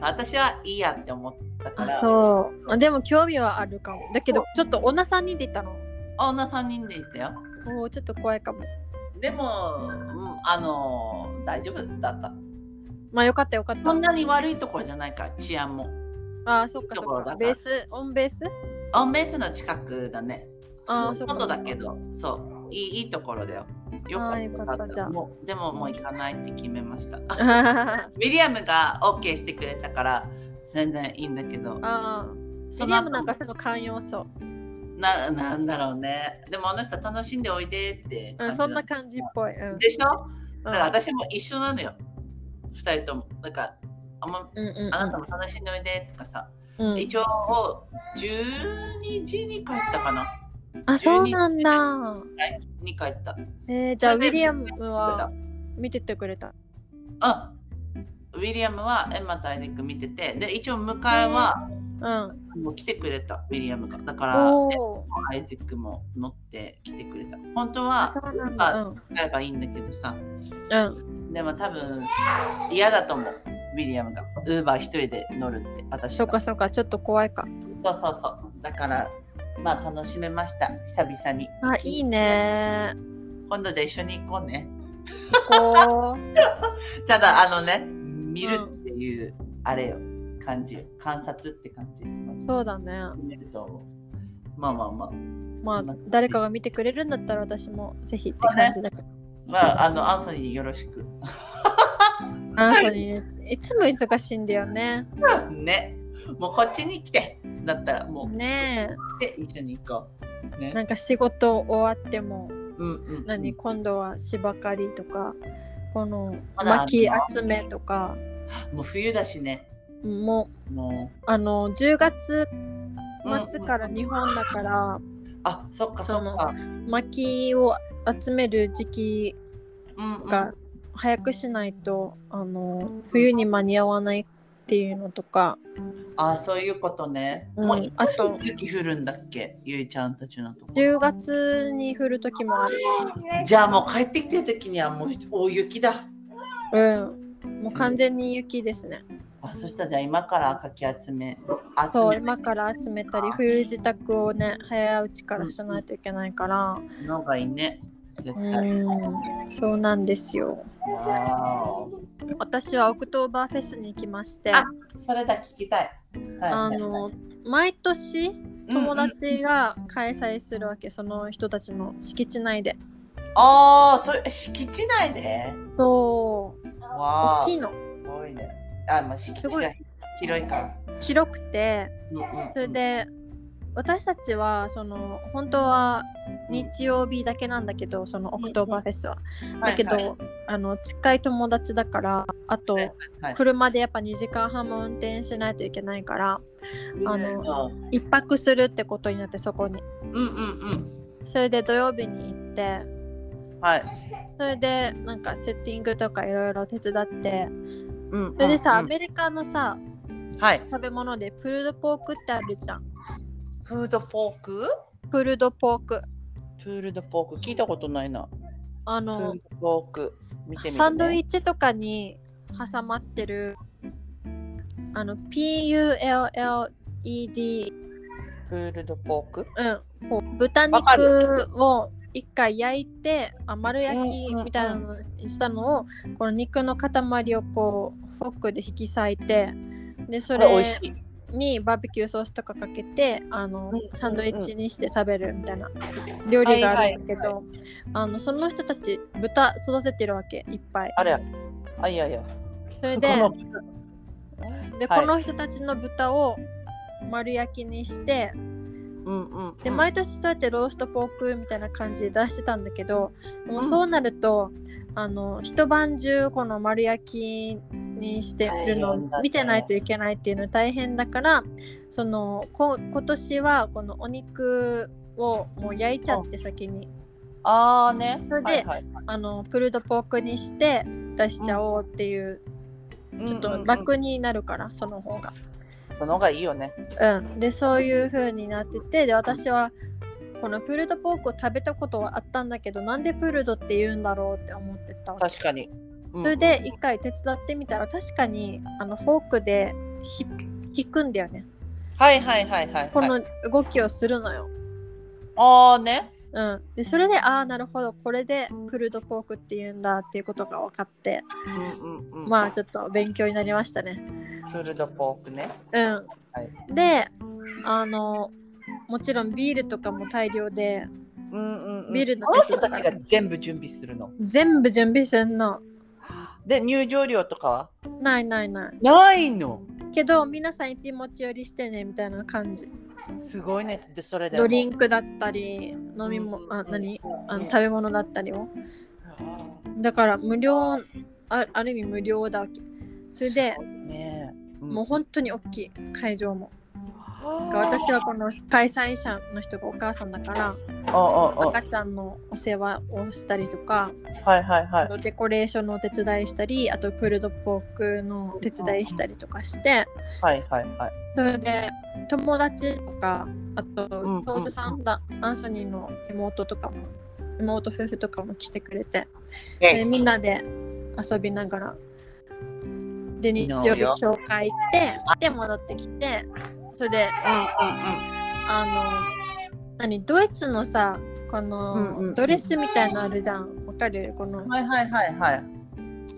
[SPEAKER 2] 私はいいやって思ったか
[SPEAKER 1] あ
[SPEAKER 2] ら
[SPEAKER 1] そうあでも興味はあるかもだけどちょっと女3人で行ったの
[SPEAKER 2] あ女3人で行ったよ
[SPEAKER 1] おーちょっと怖いかも
[SPEAKER 2] でも、うん、あの大丈夫だった
[SPEAKER 1] まあよかったよかっ
[SPEAKER 2] そ
[SPEAKER 1] た
[SPEAKER 2] んなに悪いところじゃないから治安も
[SPEAKER 1] あーそっか
[SPEAKER 2] いいとこ
[SPEAKER 1] そ
[SPEAKER 2] ろ
[SPEAKER 1] っか
[SPEAKER 2] だから
[SPEAKER 1] ベースオンベース
[SPEAKER 2] オンベースの近くだね
[SPEAKER 1] あー
[SPEAKER 2] そ
[SPEAKER 1] そうっ
[SPEAKER 2] こ
[SPEAKER 1] か
[SPEAKER 2] とだけどそういいいいところだよよ
[SPEAKER 1] あ
[SPEAKER 2] かっ
[SPEAKER 1] ー
[SPEAKER 2] た
[SPEAKER 1] よかったじゃあ
[SPEAKER 2] もうでももう行かないって決めましたウ
[SPEAKER 1] あ
[SPEAKER 2] ィリアムが OK してくれたから全然いいんだけど
[SPEAKER 1] あー
[SPEAKER 2] そ
[SPEAKER 1] ミ
[SPEAKER 2] の
[SPEAKER 1] リア
[SPEAKER 2] 後
[SPEAKER 1] ムなんかそういうの寛容そう
[SPEAKER 2] ななんだろうねでもあの人は楽しんでおいでって
[SPEAKER 1] う
[SPEAKER 2] 感
[SPEAKER 1] ん、
[SPEAKER 2] じ
[SPEAKER 1] そんな
[SPEAKER 2] だ
[SPEAKER 1] 感じっぽい。うん。
[SPEAKER 2] でしょだから
[SPEAKER 1] う
[SPEAKER 2] 私も一緒なのよ二人ともだからあんま
[SPEAKER 1] んうん
[SPEAKER 2] あなたも楽しんでおいでとかさ、
[SPEAKER 1] うんうん
[SPEAKER 2] 一応12時に帰ったかな
[SPEAKER 1] あ、そうなんだ。
[SPEAKER 2] に帰った
[SPEAKER 1] えー、じゃあ、ウ
[SPEAKER 2] それ
[SPEAKER 1] ィ
[SPEAKER 2] で
[SPEAKER 1] リアム
[SPEAKER 2] 帰った
[SPEAKER 1] は見ててくれた。
[SPEAKER 2] あウィリアムはエンマとアイゼック見ててで一応迎えは
[SPEAKER 1] うん。
[SPEAKER 2] もう来てくれたウィリアムがだから
[SPEAKER 1] お
[SPEAKER 2] エン
[SPEAKER 1] お。
[SPEAKER 2] マアイゼックも乗って来てくれた本当
[SPEAKER 1] あ、
[SPEAKER 2] は
[SPEAKER 1] そうなん
[SPEAKER 2] まあ
[SPEAKER 1] だ。うん。
[SPEAKER 2] 帰ればいいんだけどさ
[SPEAKER 1] うん。
[SPEAKER 2] でも多分嫌だと思うウィリアムがウーバー一人で乗るって私
[SPEAKER 1] そう
[SPEAKER 2] が
[SPEAKER 1] かそうか、ちょっと怖いか。
[SPEAKER 2] そうそうそうだからまあ楽しめました久々に
[SPEAKER 1] あ、いいねー。
[SPEAKER 2] 今度じゃあ一緒に行こうね
[SPEAKER 1] こ
[SPEAKER 2] ただあのね見るっていう、あれよ感じよ観察って感じ
[SPEAKER 1] う。そうだね。
[SPEAKER 2] 見ると思うまあまあまあ
[SPEAKER 1] まあ、誰かが見てくれるんだったら私もぜひって感じだけど。
[SPEAKER 2] まああのアンソニーよろしく
[SPEAKER 1] アンソニーね、いつも忙しいんだよね。
[SPEAKER 2] ねもうこっちに来てだったらもう
[SPEAKER 1] ね
[SPEAKER 2] 来て一緒に行こう
[SPEAKER 1] え。
[SPEAKER 2] ね
[SPEAKER 1] なんか仕事終わっても、
[SPEAKER 2] うんうん
[SPEAKER 1] 何、今度は芝刈りとか、この
[SPEAKER 2] まだある
[SPEAKER 1] 薪
[SPEAKER 2] の
[SPEAKER 1] 集めとか、
[SPEAKER 2] もう冬だしね
[SPEAKER 1] もう
[SPEAKER 2] も
[SPEAKER 1] あの10月
[SPEAKER 2] ううん
[SPEAKER 1] 末から日本だから、
[SPEAKER 2] あそっかそ
[SPEAKER 1] そ
[SPEAKER 2] っ
[SPEAKER 1] の
[SPEAKER 2] か
[SPEAKER 1] 薪を集める時期
[SPEAKER 2] うんうん
[SPEAKER 1] が早くしないと、あの冬に間に合わないっていうのとか、
[SPEAKER 2] あそういうことね、
[SPEAKER 1] うん
[SPEAKER 2] もうあ
[SPEAKER 1] あ
[SPEAKER 2] と
[SPEAKER 1] と
[SPEAKER 2] 雪降るんだっけゆいちゃんたちのとこ
[SPEAKER 1] 10月に降る時もある。
[SPEAKER 2] じゃあもう帰ってきてる時にはもう大雪だ
[SPEAKER 1] うん、もう完全に雪ですね。
[SPEAKER 2] あそしたらじゃあ今からかき集め集
[SPEAKER 1] そう
[SPEAKER 2] め
[SPEAKER 1] 今から集めたり冬自宅をね早いうちからしないといけないから、
[SPEAKER 2] るのがいいね絶
[SPEAKER 1] う
[SPEAKER 2] 対、
[SPEAKER 1] ん、そうなんですよ。
[SPEAKER 2] わお
[SPEAKER 1] 私はオクトーバーフェスに行きまして、
[SPEAKER 2] あそれだ聞きたい、はい
[SPEAKER 1] あの毎年友達が開催するわけ、その人たちの敷地内で
[SPEAKER 2] ああそれ敷地内で
[SPEAKER 1] そう
[SPEAKER 2] わあ
[SPEAKER 1] 大きい
[SPEAKER 2] す
[SPEAKER 1] の
[SPEAKER 2] ごいねあまあ敷地
[SPEAKER 1] すご
[SPEAKER 2] が
[SPEAKER 1] い
[SPEAKER 2] 広いから、
[SPEAKER 1] 広くて
[SPEAKER 2] うんうん
[SPEAKER 1] それで私たちはその本当は日曜日だけなんだけどそのオクトーバーフェスは、だけど、
[SPEAKER 2] はいはい
[SPEAKER 1] あの近い友達だからあと、
[SPEAKER 2] はいはい
[SPEAKER 1] 車でやっぱ2時間半も運転しないといけないからあの
[SPEAKER 2] うん
[SPEAKER 1] 一泊するってことになってそこに
[SPEAKER 2] うんうん
[SPEAKER 1] それで土曜日に行って
[SPEAKER 2] うんはい
[SPEAKER 1] それでなんかセッティングとかいろいろ手伝って
[SPEAKER 2] うん
[SPEAKER 1] それでさ、
[SPEAKER 2] う
[SPEAKER 1] ア
[SPEAKER 2] ん
[SPEAKER 1] メリカのさ
[SPEAKER 2] うんはい
[SPEAKER 1] 食べ物でプルドポークってあるじゃん
[SPEAKER 2] フードポーク
[SPEAKER 1] プルドポーク
[SPEAKER 2] プールドポーク聞いたことないな。
[SPEAKER 1] あ
[SPEAKER 2] プー
[SPEAKER 1] の
[SPEAKER 2] ル、ドポーク見てみる、ね。
[SPEAKER 1] サンドイッチとかに挟まってるあの PULLED
[SPEAKER 2] プールドポーク。
[SPEAKER 1] うんこう豚
[SPEAKER 2] わか
[SPEAKER 1] 肉を一回焼いてあ丸焼きみたいなのにしたのをこの肉の塊をこうフォークで引き裂いてでそ
[SPEAKER 2] こ
[SPEAKER 1] れ
[SPEAKER 2] れ美味しい。
[SPEAKER 1] にバーベキューソースとかかけてあの、
[SPEAKER 2] うん
[SPEAKER 1] サンドイッチにして食べるみたいな料理があるんだけど、あのその人たち豚育ててるわけいっぱい
[SPEAKER 2] あれや。あいやいや。
[SPEAKER 1] それで
[SPEAKER 2] この
[SPEAKER 1] で、
[SPEAKER 2] はい
[SPEAKER 1] この人たちの豚を丸焼きにして
[SPEAKER 2] うんうん、うん。
[SPEAKER 1] で毎年そうやってローストポークみたいな感じで出してたんだけどもうそうなると、あの一晩中この丸焼きにしてるの
[SPEAKER 2] 大変だね
[SPEAKER 1] を見てないといけないっていうの大変だからそのこ今年はこのお肉をもう焼いちゃって先に
[SPEAKER 2] ああね。
[SPEAKER 1] それで
[SPEAKER 2] はいはいはい
[SPEAKER 1] あのプルドポークにして出しちゃおうっていう、ちょっ
[SPEAKER 2] うんうんう
[SPEAKER 1] と
[SPEAKER 2] ん
[SPEAKER 1] 楽になるから、その方が。
[SPEAKER 2] その方がいいよね。
[SPEAKER 1] うん、でそういう風になっててで私はこのプルドポークを食べたことはあったんだけどなんでプルドって言うんだろうって思ってたわけ
[SPEAKER 2] 確かに。うん
[SPEAKER 1] それで一回手伝ってみたら確かにあのフォークでひ引くんだよね
[SPEAKER 2] はいはいはいはい、はい。
[SPEAKER 1] この動きをするのよ、
[SPEAKER 2] ああね。
[SPEAKER 1] うん、でそれでああなるほどこれでプルドポークって言うんだっていうことが分かって
[SPEAKER 2] うんうんうん。
[SPEAKER 1] まあちょっと勉強になりましたね
[SPEAKER 2] プルドポークね。
[SPEAKER 1] うん、
[SPEAKER 2] い
[SPEAKER 1] であのもちろんビールとかも大量で
[SPEAKER 2] うんうんうん。
[SPEAKER 1] ビルの
[SPEAKER 2] この人たちが全部準備するの。
[SPEAKER 1] 全部準備すんの
[SPEAKER 2] で入場料とかは
[SPEAKER 1] ないないない
[SPEAKER 2] ないの。
[SPEAKER 1] けど皆さん一品持ち寄りしてねみたいな感じ
[SPEAKER 2] すごいね。でそれでも
[SPEAKER 1] ドリンクだったり飲みもあ何あの食べ物だったりもだから無料あある意味無料だわけそれで
[SPEAKER 2] ねえ。
[SPEAKER 1] もう本当に大きい会場も
[SPEAKER 3] うん
[SPEAKER 1] 私はこの開催者の人がお母さんだから
[SPEAKER 2] あああ
[SPEAKER 1] 赤ちゃんのお世話をしたりとか
[SPEAKER 2] はいはいは
[SPEAKER 1] あ
[SPEAKER 2] い。
[SPEAKER 1] のデコレーションのお手伝いしたりあとプルドポークのお手伝いしたりとかして
[SPEAKER 2] はいはいはい。
[SPEAKER 1] それで友達とかあと
[SPEAKER 2] うんうん
[SPEAKER 1] 弟さんだアンソニーの妹とかも妹夫婦とかも来てくれてでみんなで遊びながらで日曜日教会行ってで戻ってきてそれであの何ドイツのさこ
[SPEAKER 2] うんうん
[SPEAKER 1] のドレスみたいのあるじゃんわかるこの
[SPEAKER 2] はいはいはいはい。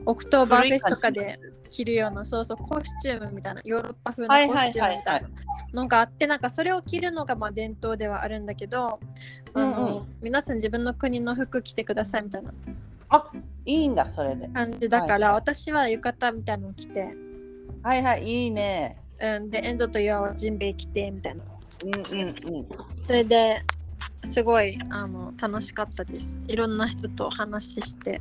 [SPEAKER 1] オクトーバーフェスとかで着るようなそうそうコスチュームみたいなヨーロッパ風の
[SPEAKER 2] はい
[SPEAKER 1] コ
[SPEAKER 2] はい
[SPEAKER 1] スチュ
[SPEAKER 2] は
[SPEAKER 1] ーム
[SPEAKER 2] い
[SPEAKER 1] みた
[SPEAKER 2] はい
[SPEAKER 1] いなのがあってなんかそれを着るのがまあ伝統ではあるんだけど、あの
[SPEAKER 2] うんう
[SPEAKER 1] 皆さん自分の国の服着てくださいみたいな
[SPEAKER 2] あいいんだそれで。
[SPEAKER 1] 感じだから、
[SPEAKER 2] はいはい
[SPEAKER 1] 私は浴衣みたいなの着て、
[SPEAKER 2] はいはいいいね。
[SPEAKER 1] うん、でエンゾと岩はジンベエ着てみたいな
[SPEAKER 2] うんうんうん。
[SPEAKER 1] それですごいあの楽しかったですいろんな人とお話しして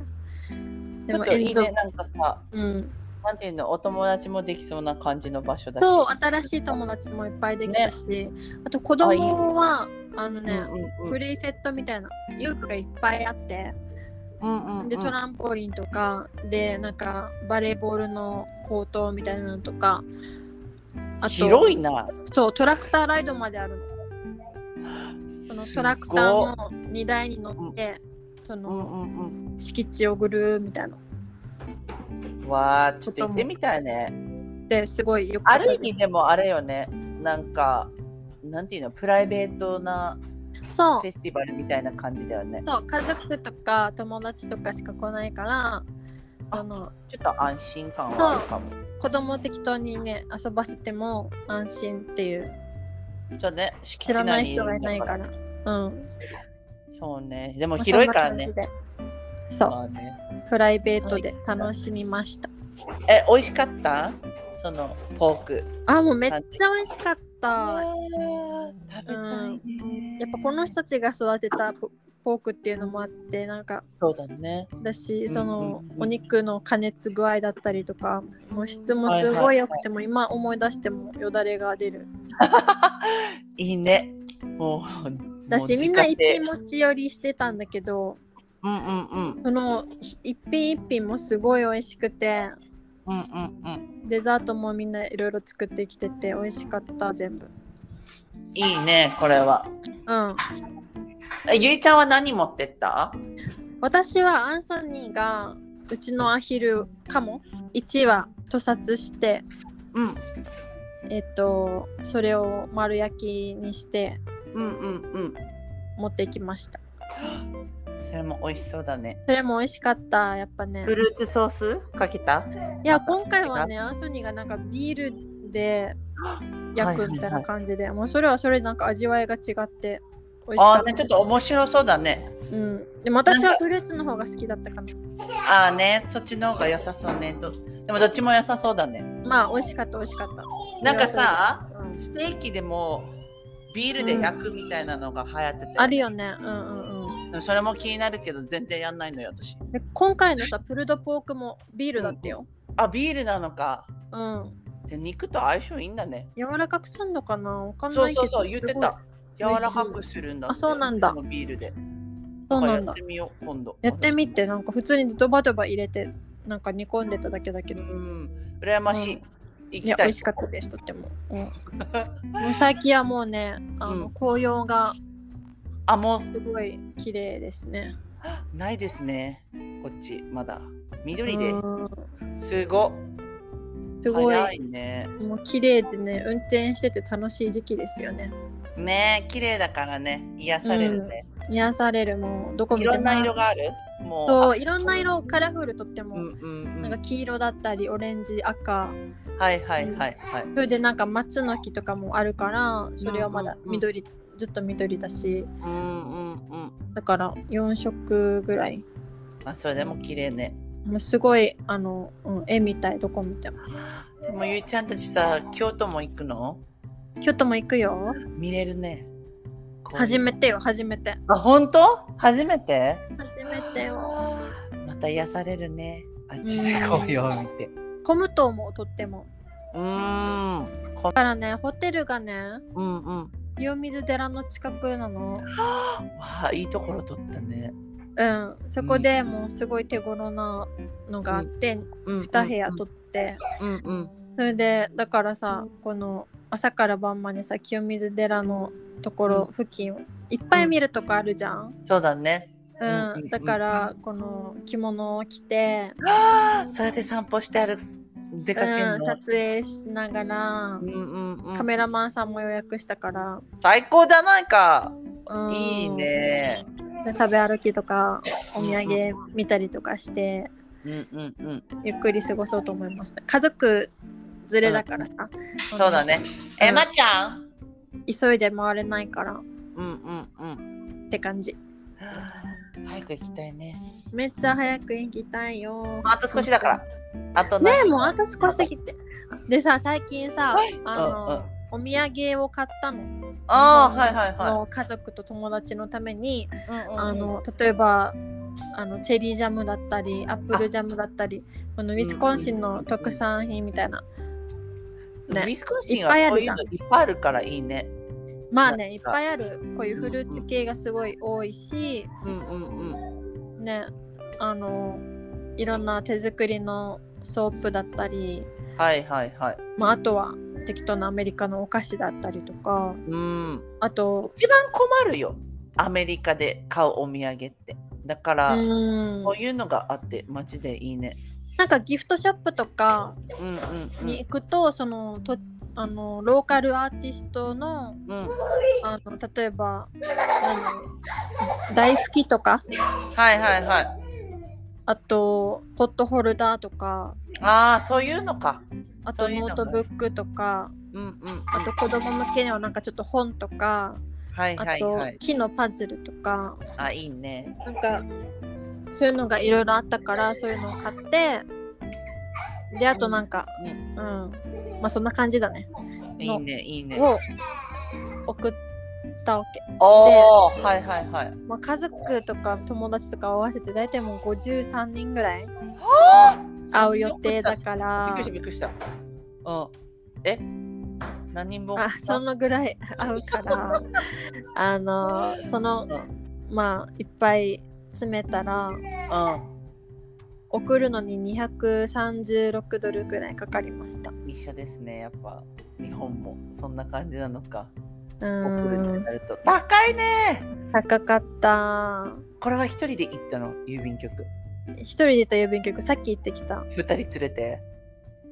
[SPEAKER 1] で
[SPEAKER 2] ちょっ
[SPEAKER 1] も
[SPEAKER 2] と
[SPEAKER 1] エ
[SPEAKER 2] い
[SPEAKER 1] ン
[SPEAKER 2] い
[SPEAKER 1] ゾ
[SPEAKER 2] ねなんかさ
[SPEAKER 1] うん、
[SPEAKER 2] なんていうのお友達もできそうな感じの場所だし。
[SPEAKER 1] そう新しい友達もいっぱいできたし、あと子供はあの
[SPEAKER 2] うん
[SPEAKER 1] ね、
[SPEAKER 2] うん
[SPEAKER 1] プレイセットみたいな遊具がいっぱいあって
[SPEAKER 2] うんうんうん。
[SPEAKER 1] でトランポリンとかでなんかバレーボールのコートみたいなのとかあと
[SPEAKER 2] 広いな。
[SPEAKER 1] そうトラクターライドまであるのそのトラクターの荷台に乗ってそ
[SPEAKER 2] すごっ。う
[SPEAKER 1] の
[SPEAKER 2] んうん
[SPEAKER 1] 敷地をぐるーみたいな
[SPEAKER 2] うん。わあちょっと行ってみたいね。
[SPEAKER 1] ですごいよか
[SPEAKER 2] あ
[SPEAKER 1] ったす
[SPEAKER 2] る意味でもあれよねなんかなんていうのプライベートな
[SPEAKER 1] そう
[SPEAKER 2] フェスティバルみたいな感じだよね
[SPEAKER 1] そう家族とか友達とかしか来ないからあの
[SPEAKER 2] ちょっと安心感はあるかも
[SPEAKER 1] 子供を適当にね遊ばせても安心っていう
[SPEAKER 2] じゃあね敷
[SPEAKER 1] 知
[SPEAKER 2] 地
[SPEAKER 1] ら
[SPEAKER 2] 内
[SPEAKER 1] ない
[SPEAKER 2] に
[SPEAKER 1] 人がいないからうん
[SPEAKER 2] そうねでも
[SPEAKER 1] まあ
[SPEAKER 2] 広いから
[SPEAKER 1] そ
[SPEAKER 2] ね
[SPEAKER 1] んな感じでそう
[SPEAKER 2] まあね
[SPEAKER 1] プライベートで楽しみました
[SPEAKER 2] え美味しかったそのポーク
[SPEAKER 1] あもうめっちゃ美味しかったやっ
[SPEAKER 2] 食べたいね
[SPEAKER 1] ぱこの人たちが育てたポポークっていうのもあってなんか
[SPEAKER 2] そうだね
[SPEAKER 1] だしその
[SPEAKER 2] うんうんうん
[SPEAKER 1] お肉の加熱具合だったりとかもう質もすごい良くても今思い出してもよだれが出る
[SPEAKER 2] いいねもう
[SPEAKER 1] だ
[SPEAKER 2] もう
[SPEAKER 1] し
[SPEAKER 2] 自
[SPEAKER 1] み
[SPEAKER 2] 家
[SPEAKER 1] んな一
[SPEAKER 2] 製
[SPEAKER 1] 品持ち寄りしてたんだけど
[SPEAKER 2] うんうんうん
[SPEAKER 1] そのひ一品一品もすごい美味しくて
[SPEAKER 2] うんうんうん
[SPEAKER 1] デザートもみんないろいろ作ってきてて美味しかった全部
[SPEAKER 2] いいねこれは
[SPEAKER 1] うん
[SPEAKER 2] えゆいちゃんは何持ってった
[SPEAKER 1] 私はアンソニーがうちのアヒルカモ1羽屠殺して
[SPEAKER 2] うん
[SPEAKER 1] えっとそれを丸焼きにして
[SPEAKER 2] うんうんうん
[SPEAKER 1] 持ってきました
[SPEAKER 2] それも美味しそうだね。
[SPEAKER 1] それも美味しかったやっぱね
[SPEAKER 2] フルーツソースかけた
[SPEAKER 1] いや今回はねアンソニーがなんかビールで焼くみたいな感じで、もうそれはそれでなんか味わいが違って美味しか
[SPEAKER 2] あ
[SPEAKER 1] っ
[SPEAKER 2] ー、ね、
[SPEAKER 1] た
[SPEAKER 2] ちょっと面白そうだね。
[SPEAKER 1] うん、でも私はフルーツの方が好きだったかな。
[SPEAKER 2] あーね、そっちの方が良さそうね。どでもどっちも良さそうだね。
[SPEAKER 1] まあ美味しかった美味しかった。
[SPEAKER 2] なんかさ、
[SPEAKER 1] うん、
[SPEAKER 2] ステーキでもビールで焼くみたいなのが流行ってて、
[SPEAKER 1] あるよね。うんうんうん
[SPEAKER 2] でもそれも気になるけど全然やんないのよ、私。
[SPEAKER 1] で。今回のさプルドポークもビールだったよ。
[SPEAKER 2] あ、ビールなのか。
[SPEAKER 1] うん。
[SPEAKER 2] で肉と相性いいんだね。
[SPEAKER 1] 柔らかくすんのかなわかん
[SPEAKER 2] そ
[SPEAKER 1] な
[SPEAKER 2] う
[SPEAKER 1] いけど。
[SPEAKER 2] そうそう、言って
[SPEAKER 1] すごい
[SPEAKER 2] た。柔らかくするんだって。
[SPEAKER 1] あそうなんだ
[SPEAKER 2] そのビールで。
[SPEAKER 1] そう
[SPEAKER 2] あ
[SPEAKER 1] な
[SPEAKER 2] や
[SPEAKER 1] んだ
[SPEAKER 2] ってみよう今度
[SPEAKER 1] やってみてなんか普通にドバドバ入れてなんか煮込んでただけだけ
[SPEAKER 2] う
[SPEAKER 1] ど
[SPEAKER 2] ん羨ましい、行
[SPEAKER 1] いや美
[SPEAKER 2] きたい
[SPEAKER 1] 味しかったですとっても、うん、もう最近はもうねあの、
[SPEAKER 2] うん
[SPEAKER 1] 紅葉が
[SPEAKER 2] あも
[SPEAKER 1] すごい綺麗ですね
[SPEAKER 2] うないですねこっちまだ緑で
[SPEAKER 1] うん
[SPEAKER 2] すご
[SPEAKER 1] すごい
[SPEAKER 2] 早いね
[SPEAKER 1] もう綺麗でね運転してて楽しい時期ですよね
[SPEAKER 2] ねえ綺麗だからね癒されるね、
[SPEAKER 1] 癒されるもうどこ
[SPEAKER 2] い
[SPEAKER 1] 見ても
[SPEAKER 2] ろんな色があるもう
[SPEAKER 1] そう
[SPEAKER 2] あ
[SPEAKER 1] いろんな色カラフルとっても、
[SPEAKER 2] うんうんう
[SPEAKER 1] なん
[SPEAKER 2] ん
[SPEAKER 1] か黄色だったりオレンジ赤
[SPEAKER 2] はいはいはいはい
[SPEAKER 1] それでなんか松の木とかもあるからそれはまだ
[SPEAKER 2] うんうんうん
[SPEAKER 1] 緑、ずっと緑だし
[SPEAKER 2] うんうんうん
[SPEAKER 1] だから4色ぐらい
[SPEAKER 2] あそれでも綺麗ね
[SPEAKER 1] もうすごいあの、うん、絵みたいどこ見ても
[SPEAKER 2] でもゆいちゃんたちさ京都も行くの
[SPEAKER 1] 京都も行くよ
[SPEAKER 2] 見れるねこういう
[SPEAKER 1] 初めてよ初めて
[SPEAKER 2] あ本当初めて
[SPEAKER 1] 初めてよ
[SPEAKER 2] また癒されるねあっちで紅葉を見て
[SPEAKER 1] 混むと思うとっても
[SPEAKER 2] うーん
[SPEAKER 1] だからねホテルがね
[SPEAKER 2] うんうんわ
[SPEAKER 1] 清水寺の近くなの
[SPEAKER 2] あいいところ取ったね
[SPEAKER 1] うんそこでもうすごい手頃なのがあって、
[SPEAKER 2] うん
[SPEAKER 1] 2部屋取って、
[SPEAKER 2] うんうん
[SPEAKER 1] それでだからさこの朝から晩までさ清水寺のところ付近をいっぱい見るとこあるじゃん、
[SPEAKER 2] そうだね
[SPEAKER 1] う
[SPEAKER 2] うんうん
[SPEAKER 1] ん
[SPEAKER 2] うん
[SPEAKER 1] だからこの着物を着て、
[SPEAKER 2] あーそれで散歩してある出かけるの、
[SPEAKER 1] うん、撮影しながら
[SPEAKER 2] う、んうんうん
[SPEAKER 1] カメラマンさんも予約したから、
[SPEAKER 2] 最高じゃないか、
[SPEAKER 1] うん
[SPEAKER 2] いいね
[SPEAKER 1] で食べ歩きとかお土産見たりとかして
[SPEAKER 2] うんうんうん
[SPEAKER 1] ゆっくり過ごそうと思いました家族連れだからさ、
[SPEAKER 2] そうだねえまっちゃん
[SPEAKER 1] 急いで回れないから
[SPEAKER 2] うんうんうん
[SPEAKER 1] って感じ
[SPEAKER 2] 早く行きたいね
[SPEAKER 1] めっちゃ早く行きたいよ
[SPEAKER 2] あと少しだからあと
[SPEAKER 1] ね
[SPEAKER 2] 何
[SPEAKER 1] えもうあと少し過ぎてでさ最近さあ
[SPEAKER 2] うん
[SPEAKER 1] のお土産を買ったの
[SPEAKER 2] ああはいはいは
[SPEAKER 1] の家族と友達のために
[SPEAKER 2] いうんうんうん
[SPEAKER 1] あの例えばあのチェリージャムだったりアップルジャムだったりこのウィスコンシンの特産品みたいなね
[SPEAKER 2] ウィスコンシン
[SPEAKER 1] いっぱい
[SPEAKER 2] は
[SPEAKER 1] あ
[SPEAKER 2] こう
[SPEAKER 1] る
[SPEAKER 2] い
[SPEAKER 1] じ
[SPEAKER 2] う
[SPEAKER 1] ゃん
[SPEAKER 2] のいっぱいあるからいいね
[SPEAKER 1] まあねいっぱいあるこういうフルーツ系がすごい多いし
[SPEAKER 2] うんうん
[SPEAKER 1] ねあのいろんな手作りのソープだったり、
[SPEAKER 2] うんはいはいはい
[SPEAKER 1] まあ、あとは適当なアメリカのお菓子だったりとか
[SPEAKER 2] うん
[SPEAKER 1] あと
[SPEAKER 2] 一番困るよアメリカで買うお土産ってだから、
[SPEAKER 1] うん
[SPEAKER 2] こういうのがあって街でいいね
[SPEAKER 1] なんかギフトショップとか
[SPEAKER 2] うんうんうん
[SPEAKER 1] に行くと、そのとあのローカルアーティストの
[SPEAKER 2] うん
[SPEAKER 1] あの例えば何大吹きとか
[SPEAKER 2] はいはいはい
[SPEAKER 1] あとポットホルダーとか
[SPEAKER 2] ああそういうのか
[SPEAKER 1] あ
[SPEAKER 2] そ
[SPEAKER 1] と
[SPEAKER 2] ういうの
[SPEAKER 1] ノ
[SPEAKER 2] が
[SPEAKER 1] ートブックとか
[SPEAKER 2] うんうんうん
[SPEAKER 1] あと子供向けにはなんかちょっと本とか
[SPEAKER 2] はい
[SPEAKER 1] あ
[SPEAKER 2] はい
[SPEAKER 1] と
[SPEAKER 2] はい
[SPEAKER 1] 木のパズルとか
[SPEAKER 2] あいいね
[SPEAKER 1] なんかそういうのがいろいろあったからそういうのを買ってであとなんか
[SPEAKER 2] うん
[SPEAKER 1] うんまあそんな感じだね
[SPEAKER 2] いいねいいね
[SPEAKER 1] を送ったわけ。
[SPEAKER 2] おーはいはいはい
[SPEAKER 1] まあ、家族とか友達とか合わせて大体もう53人ぐらい会う予定だか
[SPEAKER 2] びっ
[SPEAKER 1] ら
[SPEAKER 2] くりしたびっくりしたうんえ何人も
[SPEAKER 1] あそのぐらい会う からあのそのまあいっぱい詰めたら
[SPEAKER 2] う
[SPEAKER 1] 送るのに236ドルぐらいかかりました。
[SPEAKER 2] ん一緒ですねやっぱ日本もそんな感じなのか
[SPEAKER 1] う
[SPEAKER 2] 送るって
[SPEAKER 1] ん
[SPEAKER 2] なると高いね
[SPEAKER 1] 高かった。
[SPEAKER 2] これは一人で行ったの郵便局
[SPEAKER 1] 一人で行った郵便局さっき行ってきた。
[SPEAKER 2] 二人連れて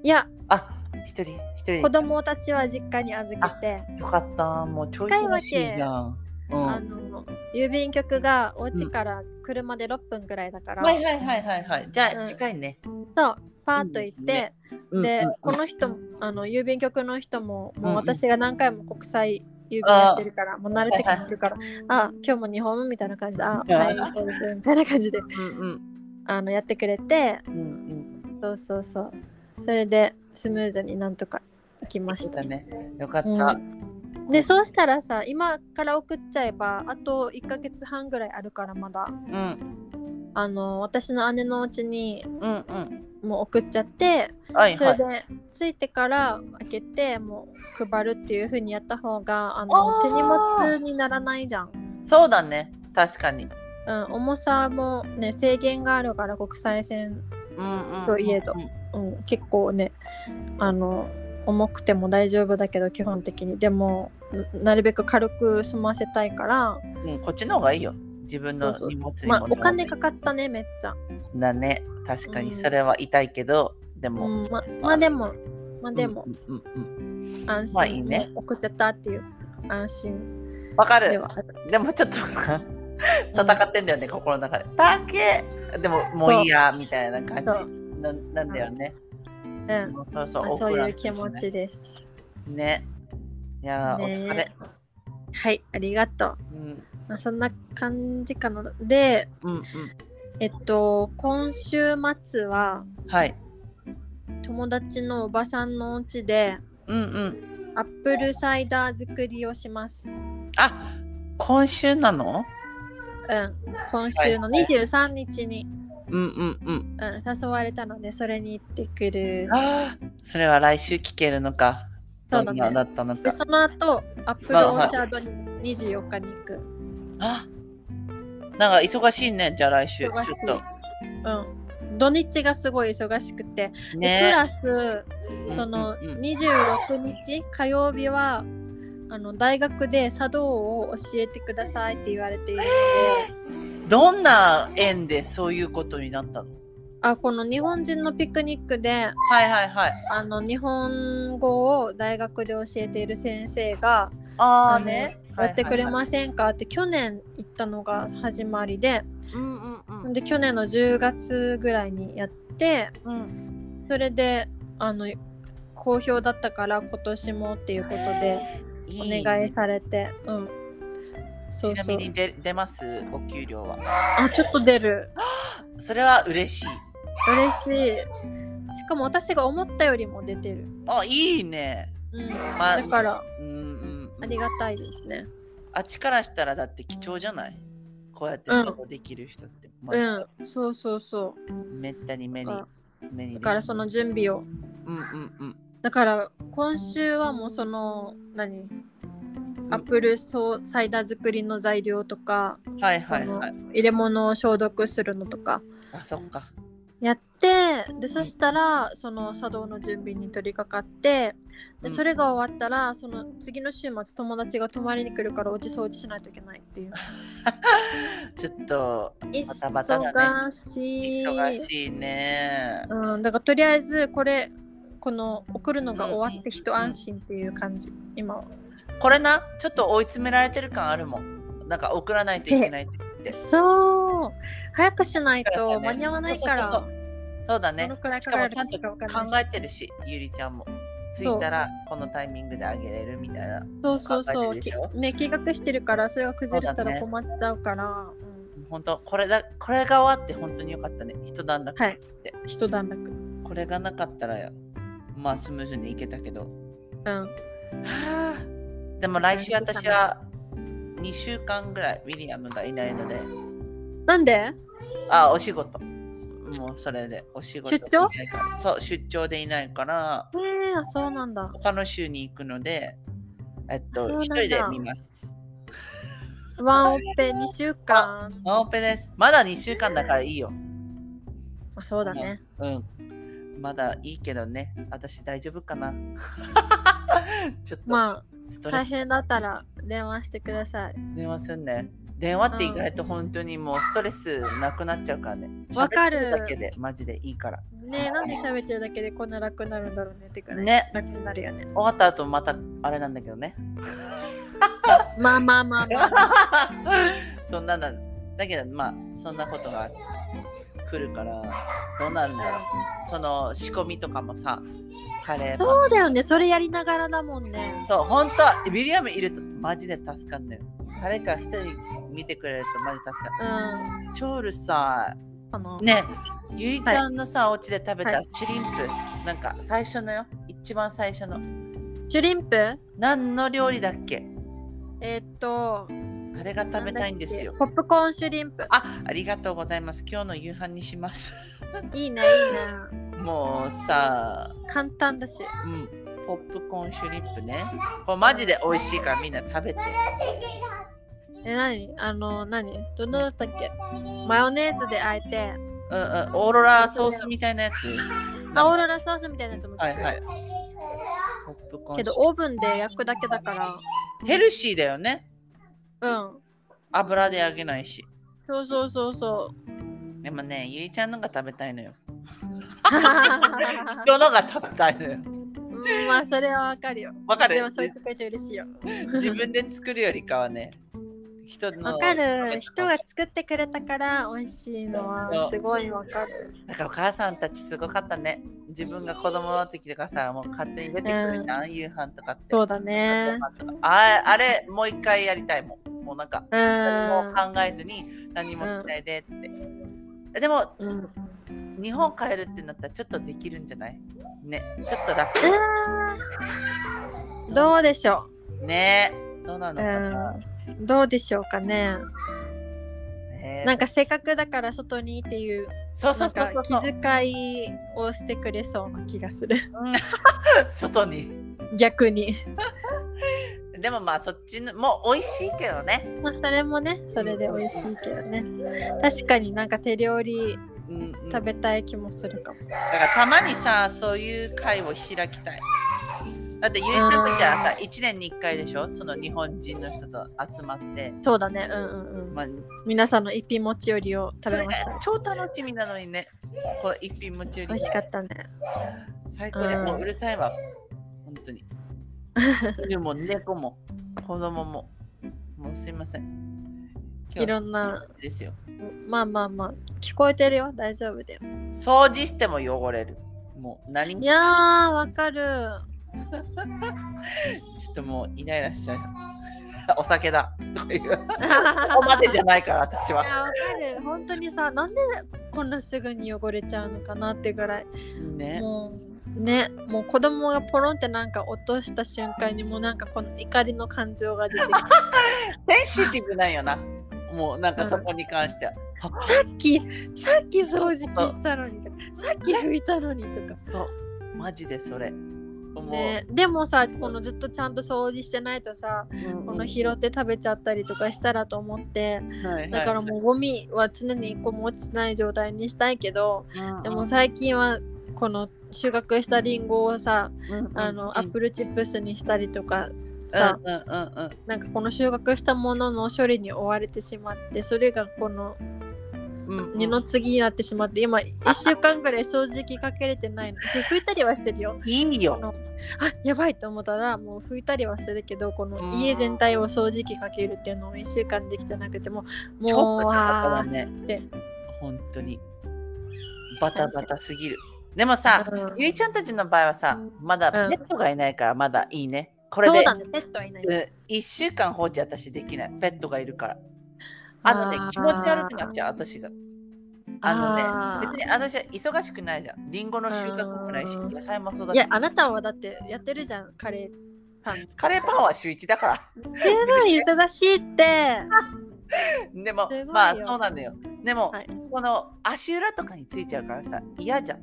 [SPEAKER 1] いや
[SPEAKER 2] あ一人一人で
[SPEAKER 1] 子供たちは実家に預けて。
[SPEAKER 2] よかったもう超忙しいじゃんうん
[SPEAKER 1] あ
[SPEAKER 2] は
[SPEAKER 1] の郵便局がお家から車で6分ぐらいだから、
[SPEAKER 2] いはいはいはいはいじゃ
[SPEAKER 1] う
[SPEAKER 2] あ
[SPEAKER 1] ん
[SPEAKER 2] 近いね、
[SPEAKER 1] そうパーッと行って、
[SPEAKER 2] うん
[SPEAKER 1] で、
[SPEAKER 2] うん
[SPEAKER 1] この人もあの郵便局の人も
[SPEAKER 2] うんう
[SPEAKER 1] も
[SPEAKER 2] ん
[SPEAKER 1] う私が何回も国際郵便やってるから、もう慣れてきてるから、あ今日も日本みたいな感じであ
[SPEAKER 2] うん
[SPEAKER 1] はいそうですよみたいな感じで
[SPEAKER 2] うん
[SPEAKER 1] あのやってくれて
[SPEAKER 2] うんうんうん
[SPEAKER 1] そうそうそうそれでスムーズになんとか行きま
[SPEAKER 2] そ
[SPEAKER 1] し
[SPEAKER 2] う
[SPEAKER 1] た
[SPEAKER 2] だねよかった、
[SPEAKER 1] うんでそうしたらさ今から送っちゃえばあと1ヶ月半ぐらいあるからまだ
[SPEAKER 2] うん
[SPEAKER 1] あの私の姉のうちに
[SPEAKER 2] うんうん
[SPEAKER 1] もう送っちゃって、
[SPEAKER 2] はい
[SPEAKER 1] そ
[SPEAKER 2] は
[SPEAKER 1] れ
[SPEAKER 2] い
[SPEAKER 1] で着いてから開けてもう配るっていう風にやった方があ
[SPEAKER 2] あ
[SPEAKER 1] の
[SPEAKER 2] ー
[SPEAKER 1] 手荷物にならないじゃん。
[SPEAKER 2] そうだね確かに
[SPEAKER 1] うん、重さもね制限があるから国際線、
[SPEAKER 2] うんうん
[SPEAKER 1] といえど
[SPEAKER 2] うん
[SPEAKER 1] うん、結構ねあの重くても大丈夫だけど基本的にでもななるべく軽く済ませたいから、
[SPEAKER 2] うんこっちの方がいいよ。自分の荷物に
[SPEAKER 1] まあ、
[SPEAKER 2] 物
[SPEAKER 1] お
[SPEAKER 2] を
[SPEAKER 1] 金かかったねめっちゃ、
[SPEAKER 2] だね。確かに
[SPEAKER 1] うん
[SPEAKER 2] それは痛いけど、で
[SPEAKER 1] う
[SPEAKER 2] も。
[SPEAKER 1] ん、ままあでもまあでも、
[SPEAKER 2] うんうん
[SPEAKER 1] 安
[SPEAKER 2] まあいい
[SPEAKER 1] 心、
[SPEAKER 2] ね
[SPEAKER 1] 送っちゃったっていう安心
[SPEAKER 2] うんわか
[SPEAKER 1] で
[SPEAKER 2] る。
[SPEAKER 1] はある
[SPEAKER 2] でもちょっとさ、戦ってんだよね、心の中で。だけでももういいや、みたいな感
[SPEAKER 1] そう
[SPEAKER 2] じななんだよね。
[SPEAKER 1] うん
[SPEAKER 2] そうそう
[SPEAKER 1] まあ、
[SPEAKER 2] オ
[SPEAKER 1] そう
[SPEAKER 2] フラ
[SPEAKER 1] い
[SPEAKER 2] イ
[SPEAKER 1] う
[SPEAKER 2] ン
[SPEAKER 1] 気持ちです
[SPEAKER 2] ね。いやー、お
[SPEAKER 1] ね
[SPEAKER 2] 疲れ。
[SPEAKER 1] はいありがとう、
[SPEAKER 2] うん
[SPEAKER 1] まあ、そんな感じかなで
[SPEAKER 2] うん
[SPEAKER 1] えっと今週末は
[SPEAKER 2] うん。はい。
[SPEAKER 1] 友達のおばさんのお家で
[SPEAKER 2] うんうん。
[SPEAKER 1] アップルサイダー作りをします。
[SPEAKER 2] あ今週なの
[SPEAKER 1] うん、今週の23日に、
[SPEAKER 2] うんうんう
[SPEAKER 1] う
[SPEAKER 2] ん。
[SPEAKER 1] ん、誘われたのでそれに行ってくる。
[SPEAKER 2] あーそれは来週聞けるのか。
[SPEAKER 1] そう
[SPEAKER 2] ど
[SPEAKER 1] だ
[SPEAKER 2] ん
[SPEAKER 1] ね
[SPEAKER 2] なだったのか
[SPEAKER 1] で。その後アップルオーチャードに24日に行く。
[SPEAKER 2] あなんか忙しいね、じゃあ来週。
[SPEAKER 1] 忙し
[SPEAKER 2] ちょっ
[SPEAKER 1] い。うん、土日がすごい忙しくて、で
[SPEAKER 2] と
[SPEAKER 1] プ
[SPEAKER 2] ね
[SPEAKER 1] ラスその
[SPEAKER 2] うんうんうん
[SPEAKER 1] 26日火曜日はあの大学で茶道を教えてくださいって言われているので、
[SPEAKER 2] どんな縁でそういうことになったの
[SPEAKER 1] あこの日本人のピクニックで
[SPEAKER 2] はいはいはい。
[SPEAKER 1] あの日本語を大学で教えている先生が
[SPEAKER 2] あ
[SPEAKER 1] あのやってくれませんかって去年行ったのが始まりで
[SPEAKER 2] す。うんうんうん
[SPEAKER 1] で去年の10月ぐらいにやって
[SPEAKER 2] うん。
[SPEAKER 1] それであの好評だったから今年もっていうことでお
[SPEAKER 2] いい
[SPEAKER 1] 願いされてうんそ
[SPEAKER 2] ち
[SPEAKER 1] う
[SPEAKER 2] な
[SPEAKER 1] そ
[SPEAKER 2] み
[SPEAKER 1] う
[SPEAKER 2] に出出ます、お給料は。
[SPEAKER 1] あちょっと出る
[SPEAKER 2] それは嬉しい。
[SPEAKER 1] 嬉しいしかも私が思ったよりも出てる、
[SPEAKER 2] あ、いいね。
[SPEAKER 1] うん、
[SPEAKER 2] まあ
[SPEAKER 1] だから
[SPEAKER 2] うんうんうん。
[SPEAKER 1] ありがたいですね
[SPEAKER 2] あっちからしたらだって貴重じゃないこうやって
[SPEAKER 1] うん
[SPEAKER 2] 仕事できる人って、まあ
[SPEAKER 1] うんそうそうそう
[SPEAKER 2] めったに目に
[SPEAKER 1] だか
[SPEAKER 2] 目に
[SPEAKER 1] だからその準備を
[SPEAKER 2] うんうん
[SPEAKER 1] だから今週はもうその何アップルソーサイダー作りの材料とか
[SPEAKER 2] うんはいはいはい
[SPEAKER 1] 入れ物を消毒するのとか
[SPEAKER 2] あそっか
[SPEAKER 1] やってでそしたらその茶道の準備に取り掛かって
[SPEAKER 2] う
[SPEAKER 1] で
[SPEAKER 2] ん
[SPEAKER 1] それが終わったらその次の週末友達が泊まりに来るからお家掃除しないといけないっていう
[SPEAKER 2] ちょっとバタバタだ
[SPEAKER 1] 忙しい
[SPEAKER 2] 忙しいね
[SPEAKER 1] うん、だからとりあえずこれこの送るのが終わって
[SPEAKER 2] う
[SPEAKER 1] 一
[SPEAKER 2] んうん
[SPEAKER 1] 安心っていう感じ今は
[SPEAKER 2] これなちょっと追い詰められてる感あるもんなんか送らないといけないって言って
[SPEAKER 1] そう早くしない
[SPEAKER 2] そうだよ
[SPEAKER 1] と
[SPEAKER 2] ね
[SPEAKER 1] 間に合わないから
[SPEAKER 2] そうそうそうだね
[SPEAKER 1] どのくらい
[SPEAKER 2] し
[SPEAKER 1] か
[SPEAKER 2] か
[SPEAKER 1] か
[SPEAKER 2] も
[SPEAKER 1] る
[SPEAKER 2] ちゃんと
[SPEAKER 1] か
[SPEAKER 2] 考
[SPEAKER 1] わかんない
[SPEAKER 2] えてるしゆりちゃんも着いたらこのタイミングであげれるみたいな
[SPEAKER 1] そうそうそ
[SPEAKER 2] 考え
[SPEAKER 1] う
[SPEAKER 2] てるでしょ
[SPEAKER 1] きね計画してるからそれが崩れた
[SPEAKER 2] そうだ
[SPEAKER 1] ら
[SPEAKER 2] ね
[SPEAKER 1] 困っちゃうから
[SPEAKER 2] 本当これだこれが終わって本当によかったね一段落
[SPEAKER 1] はい
[SPEAKER 2] で
[SPEAKER 1] うん、一段落
[SPEAKER 2] これがなかったらよまあスムーズにいけたけど
[SPEAKER 1] うん
[SPEAKER 2] でも来週私は2週間ぐらいウィリアムがいないので
[SPEAKER 1] なんで
[SPEAKER 2] あお仕事もうそれでお仕事
[SPEAKER 1] 出張
[SPEAKER 2] いないからそう出張でいないから
[SPEAKER 1] えー、そうなんだ
[SPEAKER 2] 他の週に行くのでえっ
[SPEAKER 1] そう
[SPEAKER 2] と
[SPEAKER 1] なんだ
[SPEAKER 2] 一人で見ます
[SPEAKER 1] ワンオペ2週間
[SPEAKER 2] ワンオペですまだ2週間だからいいよ
[SPEAKER 1] あそうだね
[SPEAKER 2] うんまだいいけどね私大丈夫かな ちょっと、
[SPEAKER 1] ま
[SPEAKER 2] ス
[SPEAKER 1] あ
[SPEAKER 2] トレ
[SPEAKER 1] 大
[SPEAKER 2] ス
[SPEAKER 1] 変だったら電話してください
[SPEAKER 2] 電話すんね。電話って意外と本当にもうストレスなくなっちゃうからね。
[SPEAKER 1] わかる
[SPEAKER 2] 喋ってだけでマジでいいから。
[SPEAKER 1] ねえなんで喋ってるだけでこんな楽になるんだろうねってくらい
[SPEAKER 2] ね
[SPEAKER 1] 楽になるよね
[SPEAKER 2] 終わった後またあれなんだけどね。
[SPEAKER 1] まあまあまあまあ
[SPEAKER 2] そんなだ。だけどまあそんなことが来るからどうなるんだろう。その仕込みとかもさ、カレーパン
[SPEAKER 1] そうだよねそれやりながらだもんね
[SPEAKER 2] そう、本当はウィリアムいるとマジで助かんねよ。誰か一人見てくれるとマジ助かる。
[SPEAKER 1] うん
[SPEAKER 2] チョールさ、
[SPEAKER 1] かな
[SPEAKER 2] ねえゆいちゃんのさ、お家で食べたシュリンプ、なんか最初のよ一番最初の
[SPEAKER 1] シュリンプ
[SPEAKER 2] 何の料理だっけ
[SPEAKER 1] えーっと
[SPEAKER 2] あれが食べたいんですよ
[SPEAKER 1] なんだっけポップコーンシュリンプ
[SPEAKER 2] あありがとうございます今日の夕飯にします
[SPEAKER 1] いいねいいね
[SPEAKER 2] もうさ、
[SPEAKER 1] 簡単だし
[SPEAKER 2] うん、ポップコーンシュリンプねこれマジで美味しいからみんな食べて
[SPEAKER 1] え、何あの、何どんなだったっけマヨネーズであえて、
[SPEAKER 2] うんうん、オーロラソースみたいなやつ。
[SPEAKER 1] あオーロラソースみたいなやつも。
[SPEAKER 2] はいはいい。ポップコーン
[SPEAKER 1] けど、オーブンで焼くだけだか
[SPEAKER 2] ヘルシーだよね。
[SPEAKER 1] ら、うん。
[SPEAKER 2] 油で揚げないし。
[SPEAKER 1] そうそうそうそう。
[SPEAKER 2] でもね、ゆいちゃんのが食べたいのよ。
[SPEAKER 1] う
[SPEAKER 2] 人のが食べたいのよ。
[SPEAKER 1] んまあ、それはわかるよ。
[SPEAKER 2] わか
[SPEAKER 1] で
[SPEAKER 2] る
[SPEAKER 1] も、そう言ってくれて嬉しいよ。
[SPEAKER 2] 自分で作るよりかはね。人の
[SPEAKER 1] わかる。人が作ってくれたから、美味しいのは、すごいわかる。
[SPEAKER 2] なんかお母さんたちすごかったね。自分が子供の時とかさ、もう勝手に出てくるじゃん、夕飯とかって。
[SPEAKER 1] そうだね。
[SPEAKER 2] ああれ、もう一回やりたいもん。もうなんか、
[SPEAKER 1] う
[SPEAKER 2] 何も
[SPEAKER 1] ん。
[SPEAKER 2] 考えずに何もしないでって。でも、
[SPEAKER 1] うん
[SPEAKER 2] 日本帰るってなったらちょっとできるんじゃないね、ちょっと楽。
[SPEAKER 1] どうでしょ
[SPEAKER 2] ねどうなのかな。
[SPEAKER 1] うどうでしょうかね。
[SPEAKER 2] ね
[SPEAKER 1] なんか、せっかくだから外にっていう、
[SPEAKER 2] そうそ
[SPEAKER 1] な
[SPEAKER 2] うんそう
[SPEAKER 1] か
[SPEAKER 2] そう
[SPEAKER 1] 気遣いをしてくれそうな気がする。
[SPEAKER 2] 外に。
[SPEAKER 1] 逆に。
[SPEAKER 2] でもまあ、そっちの、もう美味しいけどね。
[SPEAKER 1] まあ、それもね、それで美味しいけどね。確かになんか手料理
[SPEAKER 2] うんうん
[SPEAKER 1] 食べたい気もするかも。
[SPEAKER 2] だからたまにさそういう会を開きたいだってゆいちゃんたちはさ1年に1回でしょその日本人の人と集まって、
[SPEAKER 1] そうだね、うんうんうん。
[SPEAKER 2] まあ、
[SPEAKER 1] 皆さんの一品持ち寄りを食べまし
[SPEAKER 2] そ
[SPEAKER 1] た
[SPEAKER 2] れが。超楽しみなのにねこう一品持ち寄り
[SPEAKER 1] 美味しかったね。
[SPEAKER 2] 最高で
[SPEAKER 1] うん
[SPEAKER 2] もううるさいわ本 当にでも猫も子供ももうすいません今日
[SPEAKER 1] いろんな
[SPEAKER 2] ですよ
[SPEAKER 1] まあまあまあ、聞こえてるよ、大丈夫だよ。
[SPEAKER 2] 掃除しても汚れるもう何
[SPEAKER 1] い
[SPEAKER 2] も
[SPEAKER 1] やー、わか る。。
[SPEAKER 2] ちょっともうイライラしちゃう お酒だとか言うここまでじゃないから私はい
[SPEAKER 1] やわかる本当にさなんでこんなすぐに汚れちゃうのかなってぐらい
[SPEAKER 2] ね。
[SPEAKER 1] もうねもう子供がポロンってなんか落とした瞬間にもうなんかこの怒りの感情が出てきてさ
[SPEAKER 2] センシティブなんよな。もうなんかそこに関しては。
[SPEAKER 1] っき さっき掃除機したのにとかさっき拭いたのにとか
[SPEAKER 2] そう。マジでそれ。もう、
[SPEAKER 1] ねでもさこのずっとちゃんと掃除してないとさこの拾って食べちゃったりとかしたらと思ってだからもうゴミは常に一個も落ちてない状態にしたいけど
[SPEAKER 2] う
[SPEAKER 1] でも、最近はこの収穫したリンゴをさあのアッ
[SPEAKER 2] ル
[SPEAKER 1] プルチップスにしたりとかさ、
[SPEAKER 2] うんうんうん
[SPEAKER 1] なんかこの収穫したものの処理に追われてしまってそれがこの
[SPEAKER 2] うんうん。
[SPEAKER 1] 二の次になってしまって今1週間ぐらい掃除機かけれてないの一応拭いたりはしてるよ
[SPEAKER 2] いいよ。
[SPEAKER 1] あやばいと思ったらもう拭いたりはするけどこ
[SPEAKER 2] う
[SPEAKER 1] の
[SPEAKER 2] ん
[SPEAKER 1] 家全体を掃除機かけるっていうのを1週間できてなくてもう
[SPEAKER 2] ちょ
[SPEAKER 1] も
[SPEAKER 2] っ
[SPEAKER 1] う
[SPEAKER 2] と高だ
[SPEAKER 1] わ
[SPEAKER 2] ね
[SPEAKER 1] て。
[SPEAKER 2] 本当に。バタバタすぎる。でもさ、
[SPEAKER 1] ーうん
[SPEAKER 2] ゆいちゃんたちの場合はさ、まだ
[SPEAKER 1] うん
[SPEAKER 2] ペットがいないからまだいいね。これ
[SPEAKER 1] そう
[SPEAKER 2] で
[SPEAKER 1] だねペットはいないし
[SPEAKER 2] 1週間放置私できない。ペットがいるから。あのね
[SPEAKER 1] あ、ー
[SPEAKER 2] 気持ち悪くなっちゃう、私が。あ
[SPEAKER 1] あ
[SPEAKER 2] の
[SPEAKER 1] ー
[SPEAKER 2] ね、別に私は忙しくないじゃん。リンゴの収穫もないし、
[SPEAKER 1] うん
[SPEAKER 2] 野菜も育
[SPEAKER 1] いや
[SPEAKER 2] て
[SPEAKER 1] あなたはだってやってるじゃんカレーパン
[SPEAKER 2] カレーパンは週1だから。
[SPEAKER 1] すごい忙しいって
[SPEAKER 2] でも
[SPEAKER 1] すごい、よ
[SPEAKER 2] まあそうなんだよ。でも、
[SPEAKER 1] はい
[SPEAKER 2] この足裏とかについちゃうからさ、嫌じゃん。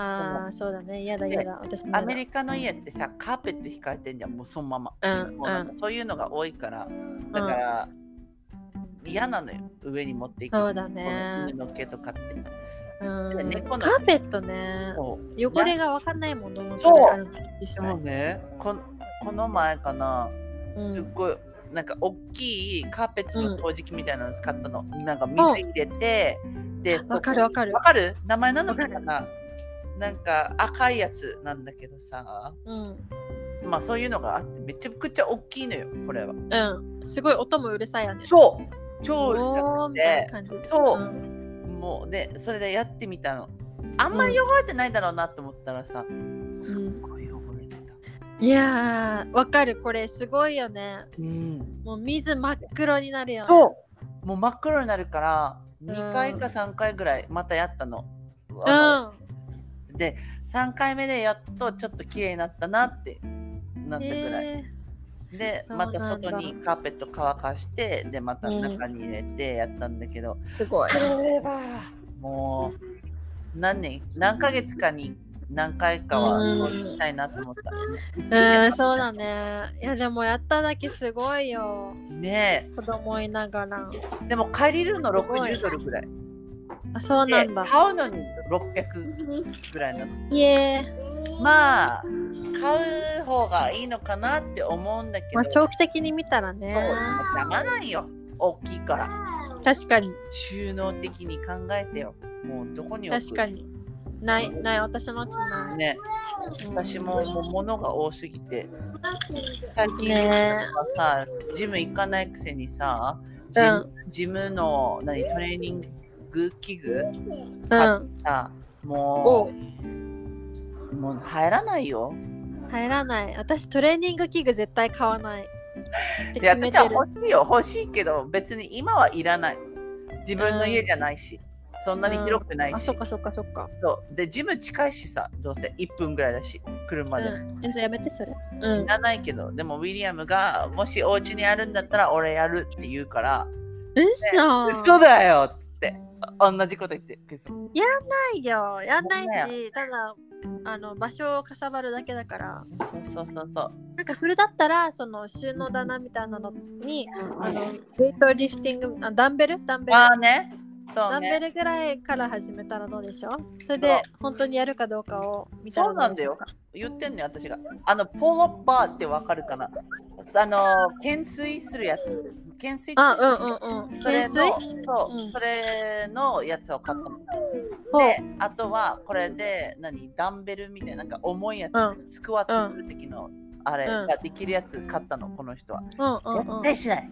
[SPEAKER 1] ああ、そうだね。嫌だ
[SPEAKER 2] で
[SPEAKER 1] 嫌だ。私も
[SPEAKER 2] ア
[SPEAKER 1] 嫌だ
[SPEAKER 2] メリカの家ってさ、カーペット引かれてんじゃん、もうそのまま。
[SPEAKER 1] うん
[SPEAKER 2] もう
[SPEAKER 1] う
[SPEAKER 2] なん
[SPEAKER 1] ん。
[SPEAKER 2] かそういうのが多いから、だから、嫌なのよ、上に持っていく。
[SPEAKER 1] そうだね
[SPEAKER 2] この上のっけとかって。
[SPEAKER 1] うん
[SPEAKER 2] で猫の
[SPEAKER 1] カーペットね。
[SPEAKER 2] そう
[SPEAKER 1] 汚れがわかんないもんどの
[SPEAKER 2] そう
[SPEAKER 1] くらいあるの実
[SPEAKER 2] でも
[SPEAKER 1] 際。
[SPEAKER 2] ねこんこの前かな
[SPEAKER 1] うん
[SPEAKER 2] すっごい、なんか大きいカーペットの掃除機みたいなの使ったの、なんか水入れて、で
[SPEAKER 1] わかるわかる
[SPEAKER 2] わかる名前なんだったかななんか赤いやつなんだけどさ
[SPEAKER 1] うん。
[SPEAKER 2] まあそういうのがあってめちゃくちゃ大きいのよこれは
[SPEAKER 1] うん。すごい音もうるさいよね。
[SPEAKER 2] そう超うる
[SPEAKER 1] おー
[SPEAKER 2] さく
[SPEAKER 1] みたいな
[SPEAKER 2] て
[SPEAKER 1] 感じ。
[SPEAKER 2] そうんもうでそれでやってみたのあんまり汚れてないだろうなと思ったらさ、すっごい汚れてた
[SPEAKER 1] いやー、わかる。これすごいよね。
[SPEAKER 2] うん
[SPEAKER 1] もう水真っ黒になるよね。
[SPEAKER 2] そうもう真っ黒になるから
[SPEAKER 1] ん
[SPEAKER 2] 2回か3回ぐらいまたやったの。
[SPEAKER 1] うん。
[SPEAKER 2] あので3回目でやっとちょっと綺麗になったなってなったぐらい。
[SPEAKER 1] え
[SPEAKER 2] で
[SPEAKER 1] そうな
[SPEAKER 2] ま
[SPEAKER 1] んだ
[SPEAKER 2] た外にカーペット乾かしてでまた中に入れてやったんだけど、
[SPEAKER 1] ーすごい。
[SPEAKER 2] もう何年何ヶ月かに何回かは行きたいなと思った。
[SPEAKER 1] うん、そうだね。いや、でもやっただけすごいよ。
[SPEAKER 2] ね
[SPEAKER 1] 子供いながら。
[SPEAKER 2] え、でも借りるの
[SPEAKER 1] すごい
[SPEAKER 2] 60ドルぐらい。
[SPEAKER 1] あ、そうなんだ
[SPEAKER 2] で。買うのに600ぐらいなの。
[SPEAKER 1] いえ。
[SPEAKER 2] まあ、買う方がいいのかなって思うんだけど、
[SPEAKER 1] まあ、長期的に見たら
[SPEAKER 2] そう
[SPEAKER 1] ね。
[SPEAKER 2] 邪魔ないよ。大きいから。
[SPEAKER 1] 確かに、
[SPEAKER 2] 収納的に考えてよ。もうどこに置く
[SPEAKER 1] 確かに。ない、ない、私のうちない。
[SPEAKER 2] ね、私ももう物が多すぎて最近
[SPEAKER 1] ね
[SPEAKER 2] さ、ジム行かないくせにさジ,、
[SPEAKER 1] うん
[SPEAKER 2] ジムの何トレーニング器具
[SPEAKER 1] うん。
[SPEAKER 2] さ
[SPEAKER 1] お
[SPEAKER 2] もうもう入らないよ
[SPEAKER 1] 入らない。私、トレーニング器具絶対買わない。って
[SPEAKER 2] で
[SPEAKER 1] 決
[SPEAKER 2] 私
[SPEAKER 1] め
[SPEAKER 2] は
[SPEAKER 1] てる。
[SPEAKER 2] 欲しいよ欲しいけど別に今はいらない自分の家じゃないし、そんなに広くない
[SPEAKER 1] あ、
[SPEAKER 2] し、
[SPEAKER 1] そっかそっかそっか。
[SPEAKER 2] そうでジム近いしさどうせ1分ぐらいだし
[SPEAKER 1] う
[SPEAKER 2] 車で、
[SPEAKER 1] ん。え、じゃあやめて、それ。う
[SPEAKER 2] い
[SPEAKER 1] ん。
[SPEAKER 2] らないけどでもウィリアムがもしお家にあるんだったら俺やるって言うから
[SPEAKER 1] うそ
[SPEAKER 2] 嘘だよっつってあ同じこと言ってくそ
[SPEAKER 1] ないよやん
[SPEAKER 2] ほんま
[SPEAKER 1] ないしただあの場所をかさばるだけだから
[SPEAKER 2] そうそうそうそう
[SPEAKER 1] なんかそれだったらその収納棚みたいなのにあのウェイトリフティングあダンベルダンベル
[SPEAKER 2] まあねそ
[SPEAKER 1] ダ
[SPEAKER 2] う
[SPEAKER 1] ンベ
[SPEAKER 2] ね
[SPEAKER 1] ルぐらいから始めたらどうでしょうそれで本当にやるかどうかを見たら
[SPEAKER 2] そう
[SPEAKER 1] ど
[SPEAKER 2] な
[SPEAKER 1] うんでし
[SPEAKER 2] だ
[SPEAKER 1] ょう
[SPEAKER 2] よ
[SPEAKER 1] か
[SPEAKER 2] 言ってんね私があのポーバーってわかるかなあの懸垂するやつ懸垂って
[SPEAKER 1] あうんうんうん
[SPEAKER 2] それ
[SPEAKER 1] 懸
[SPEAKER 2] の
[SPEAKER 1] 垂
[SPEAKER 2] そう、
[SPEAKER 1] うん
[SPEAKER 2] それのやつを買ったの
[SPEAKER 1] ほう
[SPEAKER 2] であとはこれで何ダンベルみたいななんか重いやつ、
[SPEAKER 1] う
[SPEAKER 2] スクワットする時のあれ
[SPEAKER 1] うん
[SPEAKER 2] ができるやつ買ったのこの人は、
[SPEAKER 1] うんうん
[SPEAKER 2] 絶
[SPEAKER 1] うん
[SPEAKER 2] 対しない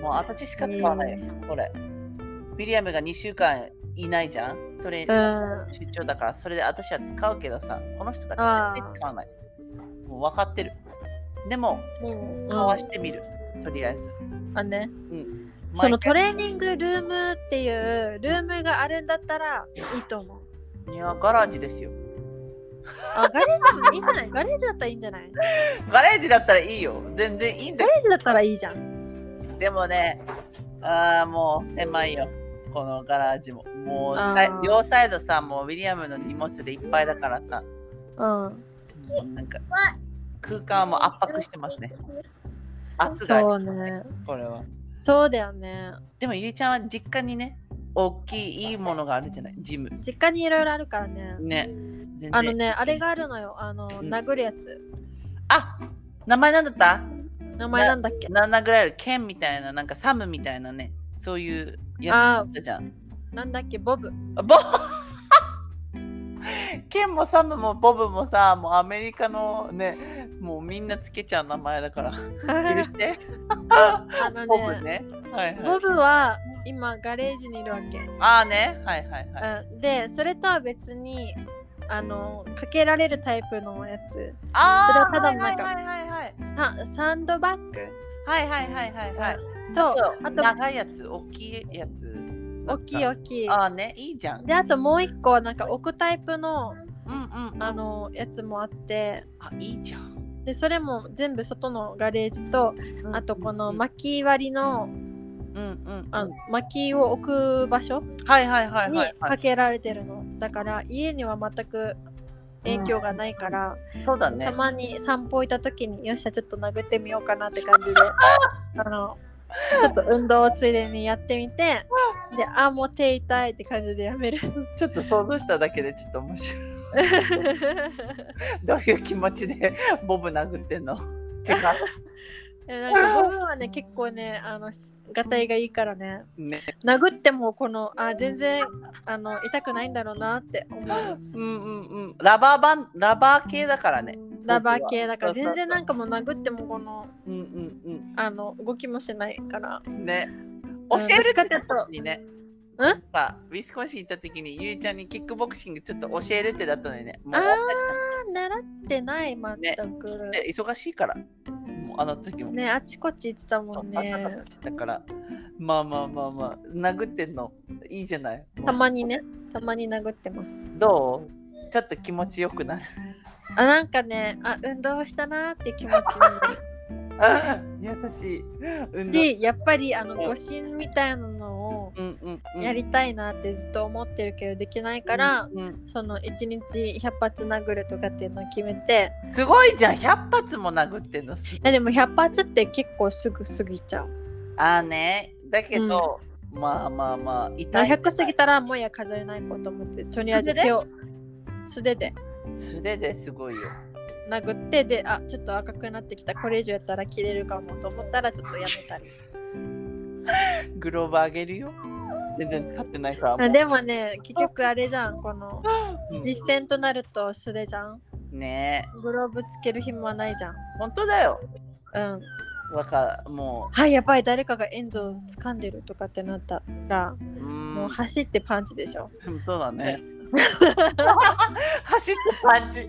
[SPEAKER 2] もう私しか使わないよ、これウィリアムが2週間いないじゃんトレーニング
[SPEAKER 1] うん
[SPEAKER 2] 出張だからそれで私は使うけどさこの人
[SPEAKER 1] あ
[SPEAKER 2] が
[SPEAKER 1] ー
[SPEAKER 2] 絶対使わないもう分かってるでも
[SPEAKER 1] うん
[SPEAKER 2] 買わしてみる、とりあえず
[SPEAKER 1] あねそのトレーニングルームっていうルームがあるんだったらいいと思う
[SPEAKER 2] ーいやガラージですよ
[SPEAKER 1] あガレージもいいんじゃないガレージだったらいいんじゃないガ
[SPEAKER 2] ガレージだったらいいよ全然いいんだよ
[SPEAKER 1] レージだったらいいじゃん
[SPEAKER 2] でもねああもう狭いよこのガラージももう
[SPEAKER 1] あ
[SPEAKER 2] さ
[SPEAKER 1] ー
[SPEAKER 2] 両サイドさもうウィリアムの荷物でいっぱいだからさ
[SPEAKER 1] うん
[SPEAKER 2] なんか空間も圧迫してますね。圧が
[SPEAKER 1] そうね。
[SPEAKER 2] これは。
[SPEAKER 1] そうだよね。
[SPEAKER 2] でもゆいちゃんは実家にね、大きいいいものがあるじゃない、ジム。
[SPEAKER 1] 実家にいろいろあるからね。
[SPEAKER 2] ね。全然
[SPEAKER 1] あのね、あれがあるのよ。あの、
[SPEAKER 2] ん
[SPEAKER 1] 殴るやつ。
[SPEAKER 2] あ名前なんだった
[SPEAKER 1] 名前なんだっけ
[SPEAKER 2] ?7 ぐらいある剣みたいな、なんかサムみたいなね、そういうやつ
[SPEAKER 1] あー
[SPEAKER 2] あったじゃん。
[SPEAKER 1] なんだっけ ボブ。
[SPEAKER 2] あボ 剣もサムもボブもさ、もうアメリカのね、もうみんなつけちゃう名前だから、許して。
[SPEAKER 1] あの
[SPEAKER 2] ボブ
[SPEAKER 1] ね、
[SPEAKER 2] ね。はいは
[SPEAKER 1] ボ
[SPEAKER 2] い。
[SPEAKER 1] ブは今ガレージにいるわけ。
[SPEAKER 2] ああね、はいはいはい。
[SPEAKER 1] うんで、それとは別に、あの、かけられるタイプのやつ。
[SPEAKER 2] あー
[SPEAKER 1] それはただのなんか
[SPEAKER 2] はいはいは
[SPEAKER 1] サ
[SPEAKER 2] い
[SPEAKER 1] サンドバッグ
[SPEAKER 2] はいはいはいはいはいはい
[SPEAKER 1] と、
[SPEAKER 2] あ
[SPEAKER 1] あ
[SPEAKER 2] と
[SPEAKER 1] と、
[SPEAKER 2] 長いやつ大きいやつ
[SPEAKER 1] 大きい大きい。
[SPEAKER 2] ああねいいじゃんうん
[SPEAKER 1] で、あともう一個はなんか置くタイプの、
[SPEAKER 2] うん
[SPEAKER 1] あの、やつもあって、
[SPEAKER 2] あいいじゃん
[SPEAKER 1] でそれも全部外のガレージとあとこの
[SPEAKER 2] うんうん
[SPEAKER 1] 薪割りの
[SPEAKER 2] うん
[SPEAKER 1] あ薪を置く場所
[SPEAKER 2] はいはいはい
[SPEAKER 1] に
[SPEAKER 2] はいは
[SPEAKER 1] か
[SPEAKER 2] い
[SPEAKER 1] けられてるのだから家には全く影響がないから、
[SPEAKER 2] そうだ
[SPEAKER 1] た
[SPEAKER 2] ね
[SPEAKER 1] まに散歩行った時によっしゃちょっと殴ってみようかなって感じであのちょっと運動をついでにやってみてであもう手痛いって感じでやめ る
[SPEAKER 2] ちょっと想像しただけでちょっと面白いどういう気持ちで ボブ殴ってんの違
[SPEAKER 1] えなんかボブはね結構ねあのがたいがいいからね
[SPEAKER 2] う ね
[SPEAKER 1] 殴ってもこのあ全然あの痛くないんだろうなって思います
[SPEAKER 2] うんうんうんラバーバンラバー系だからね
[SPEAKER 1] ラバー系だから
[SPEAKER 2] そうそうそ
[SPEAKER 1] 全然
[SPEAKER 2] う
[SPEAKER 1] なんかもう殴ってもこの
[SPEAKER 2] うんうん
[SPEAKER 1] あの動きもしないから
[SPEAKER 2] うんね
[SPEAKER 1] う
[SPEAKER 2] 教
[SPEAKER 1] ん
[SPEAKER 2] えるっ
[SPEAKER 1] ど
[SPEAKER 2] て
[SPEAKER 1] っ
[SPEAKER 2] 言
[SPEAKER 1] ち
[SPEAKER 2] っ
[SPEAKER 1] か
[SPEAKER 2] た
[SPEAKER 1] っていうと
[SPEAKER 2] 時にね
[SPEAKER 1] うん
[SPEAKER 2] さウィスコンシン行った時にゆいちゃんにキックボクシングちょっと教えるってだったのにねもう
[SPEAKER 1] あー 習ってない全くね
[SPEAKER 2] で忙しいからもうあの時も
[SPEAKER 1] あちこち行ってたもんね
[SPEAKER 2] だからまあまあまあまあ殴ってんのいいじゃないもう
[SPEAKER 1] たまにねたまに殴ってます
[SPEAKER 2] どうちょっと気持ちよくない
[SPEAKER 1] あなんかねあ運動したなーって気持ちになる
[SPEAKER 2] 優しい運動
[SPEAKER 1] しやっぱりあの誤診みたいなのを
[SPEAKER 2] うんうんうん
[SPEAKER 1] やりたいなってずっと思ってるけどできないから、
[SPEAKER 2] うん
[SPEAKER 1] その1日100発殴るとかっていうのを決めて
[SPEAKER 2] すごいじゃん100発も殴ってんのす
[SPEAKER 1] いやでも100発って結構すぐ過ぎちゃう
[SPEAKER 2] ああねだけど、まあまあまあ痛い
[SPEAKER 1] 100過ぎたらもうや飾れないこと思ってとりあえず
[SPEAKER 2] 素手で
[SPEAKER 1] 手を素手で
[SPEAKER 2] 素手ですごいよ
[SPEAKER 1] 殴ってであちょっと赤くなってきたこれ以上やったら切れるかもと思ったらちょっとやめたり
[SPEAKER 2] グローバーあげるよ全然使ってないから
[SPEAKER 1] あでもね結局あれじゃんこの
[SPEAKER 2] うん
[SPEAKER 1] 実践となると素手じゃん
[SPEAKER 2] ね
[SPEAKER 1] グローブつける暇はないじゃん
[SPEAKER 2] え本当だよ
[SPEAKER 1] うん
[SPEAKER 2] わかも
[SPEAKER 1] はいやばい誰かがエンドを掴んでるとかってなったら
[SPEAKER 2] ううー
[SPEAKER 1] もうん走ってパンチでしょ
[SPEAKER 2] そうだね 走ってパンチ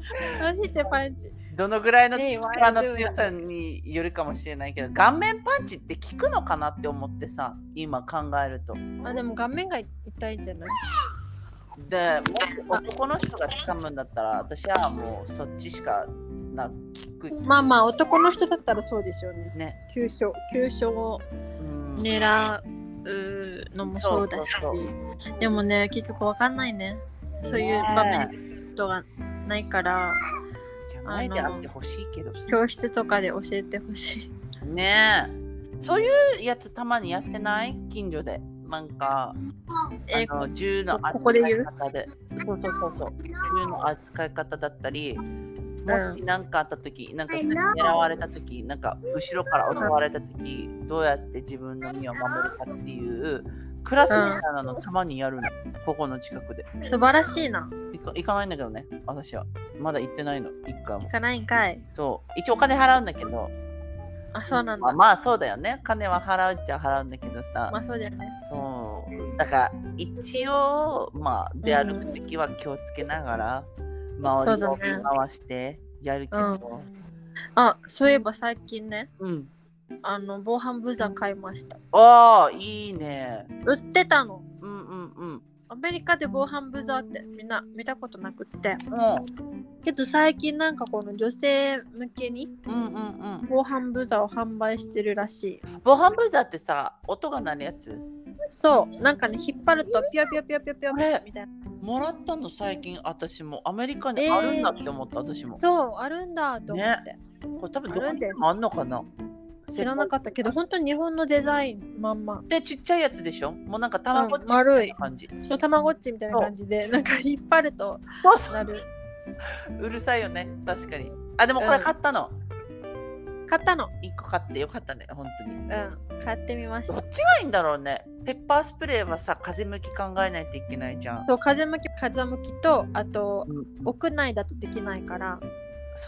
[SPEAKER 1] 走ってパンチ
[SPEAKER 2] どのぐらいの
[SPEAKER 1] ねえ
[SPEAKER 2] 力の強さによるかもしれないけど顔面パンチって効くのかなって思ってさ今考えると
[SPEAKER 1] あでも顔面が痛いんじゃない
[SPEAKER 2] でもし男の人が掴むんだったら私はもうそっちしかな効く
[SPEAKER 1] まあまあ男の人だったらそうでしょうね
[SPEAKER 2] ね
[SPEAKER 1] 急所急所を
[SPEAKER 2] うん
[SPEAKER 1] 狙うのもそうだし
[SPEAKER 2] そうそう
[SPEAKER 1] でもね結局わかんないねそういう場面とがないから
[SPEAKER 2] じゃないであってほしいけど
[SPEAKER 1] 教室とかで教えてほしい
[SPEAKER 2] ねえそういうやつたまにやってない近所でなんか
[SPEAKER 1] え
[SPEAKER 2] あの銃の
[SPEAKER 1] ここ
[SPEAKER 2] 扱
[SPEAKER 1] で
[SPEAKER 2] い
[SPEAKER 1] 言う
[SPEAKER 2] 方でそうそうそうそう銃の扱い方だったりもし何かあった時なんか狙われた時なんか後ろから襲われた時どうやって自分の身を守るかっていうクラスみたいなのたまにやるの、ここの近くで
[SPEAKER 1] 素晴らしいない
[SPEAKER 2] か行かないんだけどね私はまだ行ってないの一回も
[SPEAKER 1] 行かないんかい
[SPEAKER 2] そう一応お金払うんだけど
[SPEAKER 1] あそうなん
[SPEAKER 2] まあ、
[SPEAKER 1] だ
[SPEAKER 2] まあそうだよね金は払うっちゃ払うんだけどさ、
[SPEAKER 1] まあそうだよね
[SPEAKER 2] そうだから一応まあ出歩く時は気をつけながら、周りを
[SPEAKER 1] そうだね
[SPEAKER 2] 見回してやるけど
[SPEAKER 1] あそういえば最近ね
[SPEAKER 2] うん、
[SPEAKER 1] あの防犯ブザー買いました
[SPEAKER 2] ああいいね
[SPEAKER 1] 売ってたの
[SPEAKER 2] うんうんうん
[SPEAKER 1] アメリカで防犯ブザーってみんな見たことなくって
[SPEAKER 2] も
[SPEAKER 1] けど最近なんかこの女性向けに
[SPEAKER 2] ううんうんうん
[SPEAKER 1] 防犯ブザーを販売してるらしい
[SPEAKER 2] 防犯ブザーってさ音が鳴るやつ
[SPEAKER 1] そうなんかね引っ張るとピヨピヨピヨピヨピヨ
[SPEAKER 2] あれ
[SPEAKER 1] みたいな
[SPEAKER 2] もらったの最近私もアメリカにあるんだって思った、私も
[SPEAKER 1] そうあるんだと思って、
[SPEAKER 2] これ多分
[SPEAKER 1] あ
[SPEAKER 2] どこ
[SPEAKER 1] るん
[SPEAKER 2] に
[SPEAKER 1] です
[SPEAKER 2] でもあんのかな
[SPEAKER 1] 知らなかったけど本当に日本のデザインまんま
[SPEAKER 2] でちっちゃいやつでしょもうなんか卵っち
[SPEAKER 1] う
[SPEAKER 2] み
[SPEAKER 1] ん
[SPEAKER 2] た
[SPEAKER 1] 丸
[SPEAKER 2] い
[SPEAKER 1] い
[SPEAKER 2] な感じ、
[SPEAKER 1] そうたまごっちみたいな感じでなんか引っ張ると
[SPEAKER 2] そうそう
[SPEAKER 1] なる
[SPEAKER 2] うるさいよね、確かに。あ、でもこれ買ったの。
[SPEAKER 1] 買ったの
[SPEAKER 2] 一個買ってよかったね、本当
[SPEAKER 1] う
[SPEAKER 2] に。
[SPEAKER 1] ん買ってみまし
[SPEAKER 2] ど
[SPEAKER 1] た
[SPEAKER 2] っちがいいんだろうね。ペッパースプレーはさ、風向き考えないといけないじゃん。
[SPEAKER 1] そう風向き風向きとあと
[SPEAKER 2] うん
[SPEAKER 1] 屋内だとできないから、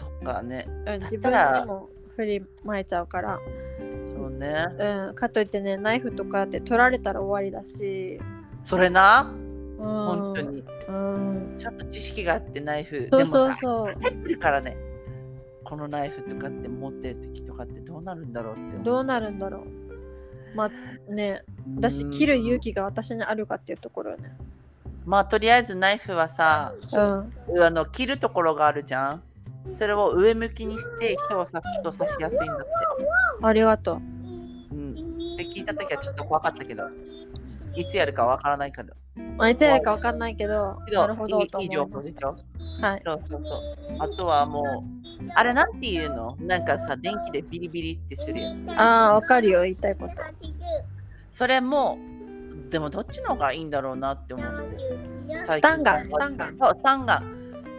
[SPEAKER 2] そっかね。
[SPEAKER 1] うん、自分でも振りまいちゃうから、
[SPEAKER 2] そうね。
[SPEAKER 1] うん、かといってねナイフとかって取られたら終わりだし、
[SPEAKER 2] それな、
[SPEAKER 1] うん、
[SPEAKER 2] 本当に。
[SPEAKER 1] うん、
[SPEAKER 2] ちゃんと知識があってナイフ。
[SPEAKER 1] そうそう
[SPEAKER 2] う。
[SPEAKER 1] そう
[SPEAKER 2] 入ってるからね。このナイフとかって持ってる時とかってどうなるんだろうって思う。
[SPEAKER 1] どうなるんだろうまあねだし切る勇気が私にあるかっていうところよね
[SPEAKER 2] まあとりあえずナイフはさ、
[SPEAKER 1] うん
[SPEAKER 2] あの切るところがあるじゃん。それを上向きにして人を刺すと刺しやすいんだって。
[SPEAKER 1] ありがとう
[SPEAKER 2] うん。で聞いた時はちょっと怖かったけど、いつやるかわからないから。
[SPEAKER 1] まあいつやるかわかんないけどなるほどと
[SPEAKER 2] いいいい
[SPEAKER 1] 思
[SPEAKER 2] 情
[SPEAKER 1] い
[SPEAKER 2] 報
[SPEAKER 1] ま
[SPEAKER 2] で
[SPEAKER 1] し
[SPEAKER 2] しょ。
[SPEAKER 1] たはい
[SPEAKER 2] そうそうそう。あとはもう、あれなんていうのなんかさ、電気でビリビリってするやつ。
[SPEAKER 1] ああわかるよ言いたいこと
[SPEAKER 2] それも、でもどっちの方がいいんだろうなって思って。
[SPEAKER 1] スタンガンスタンガン
[SPEAKER 2] そう、スタンガン。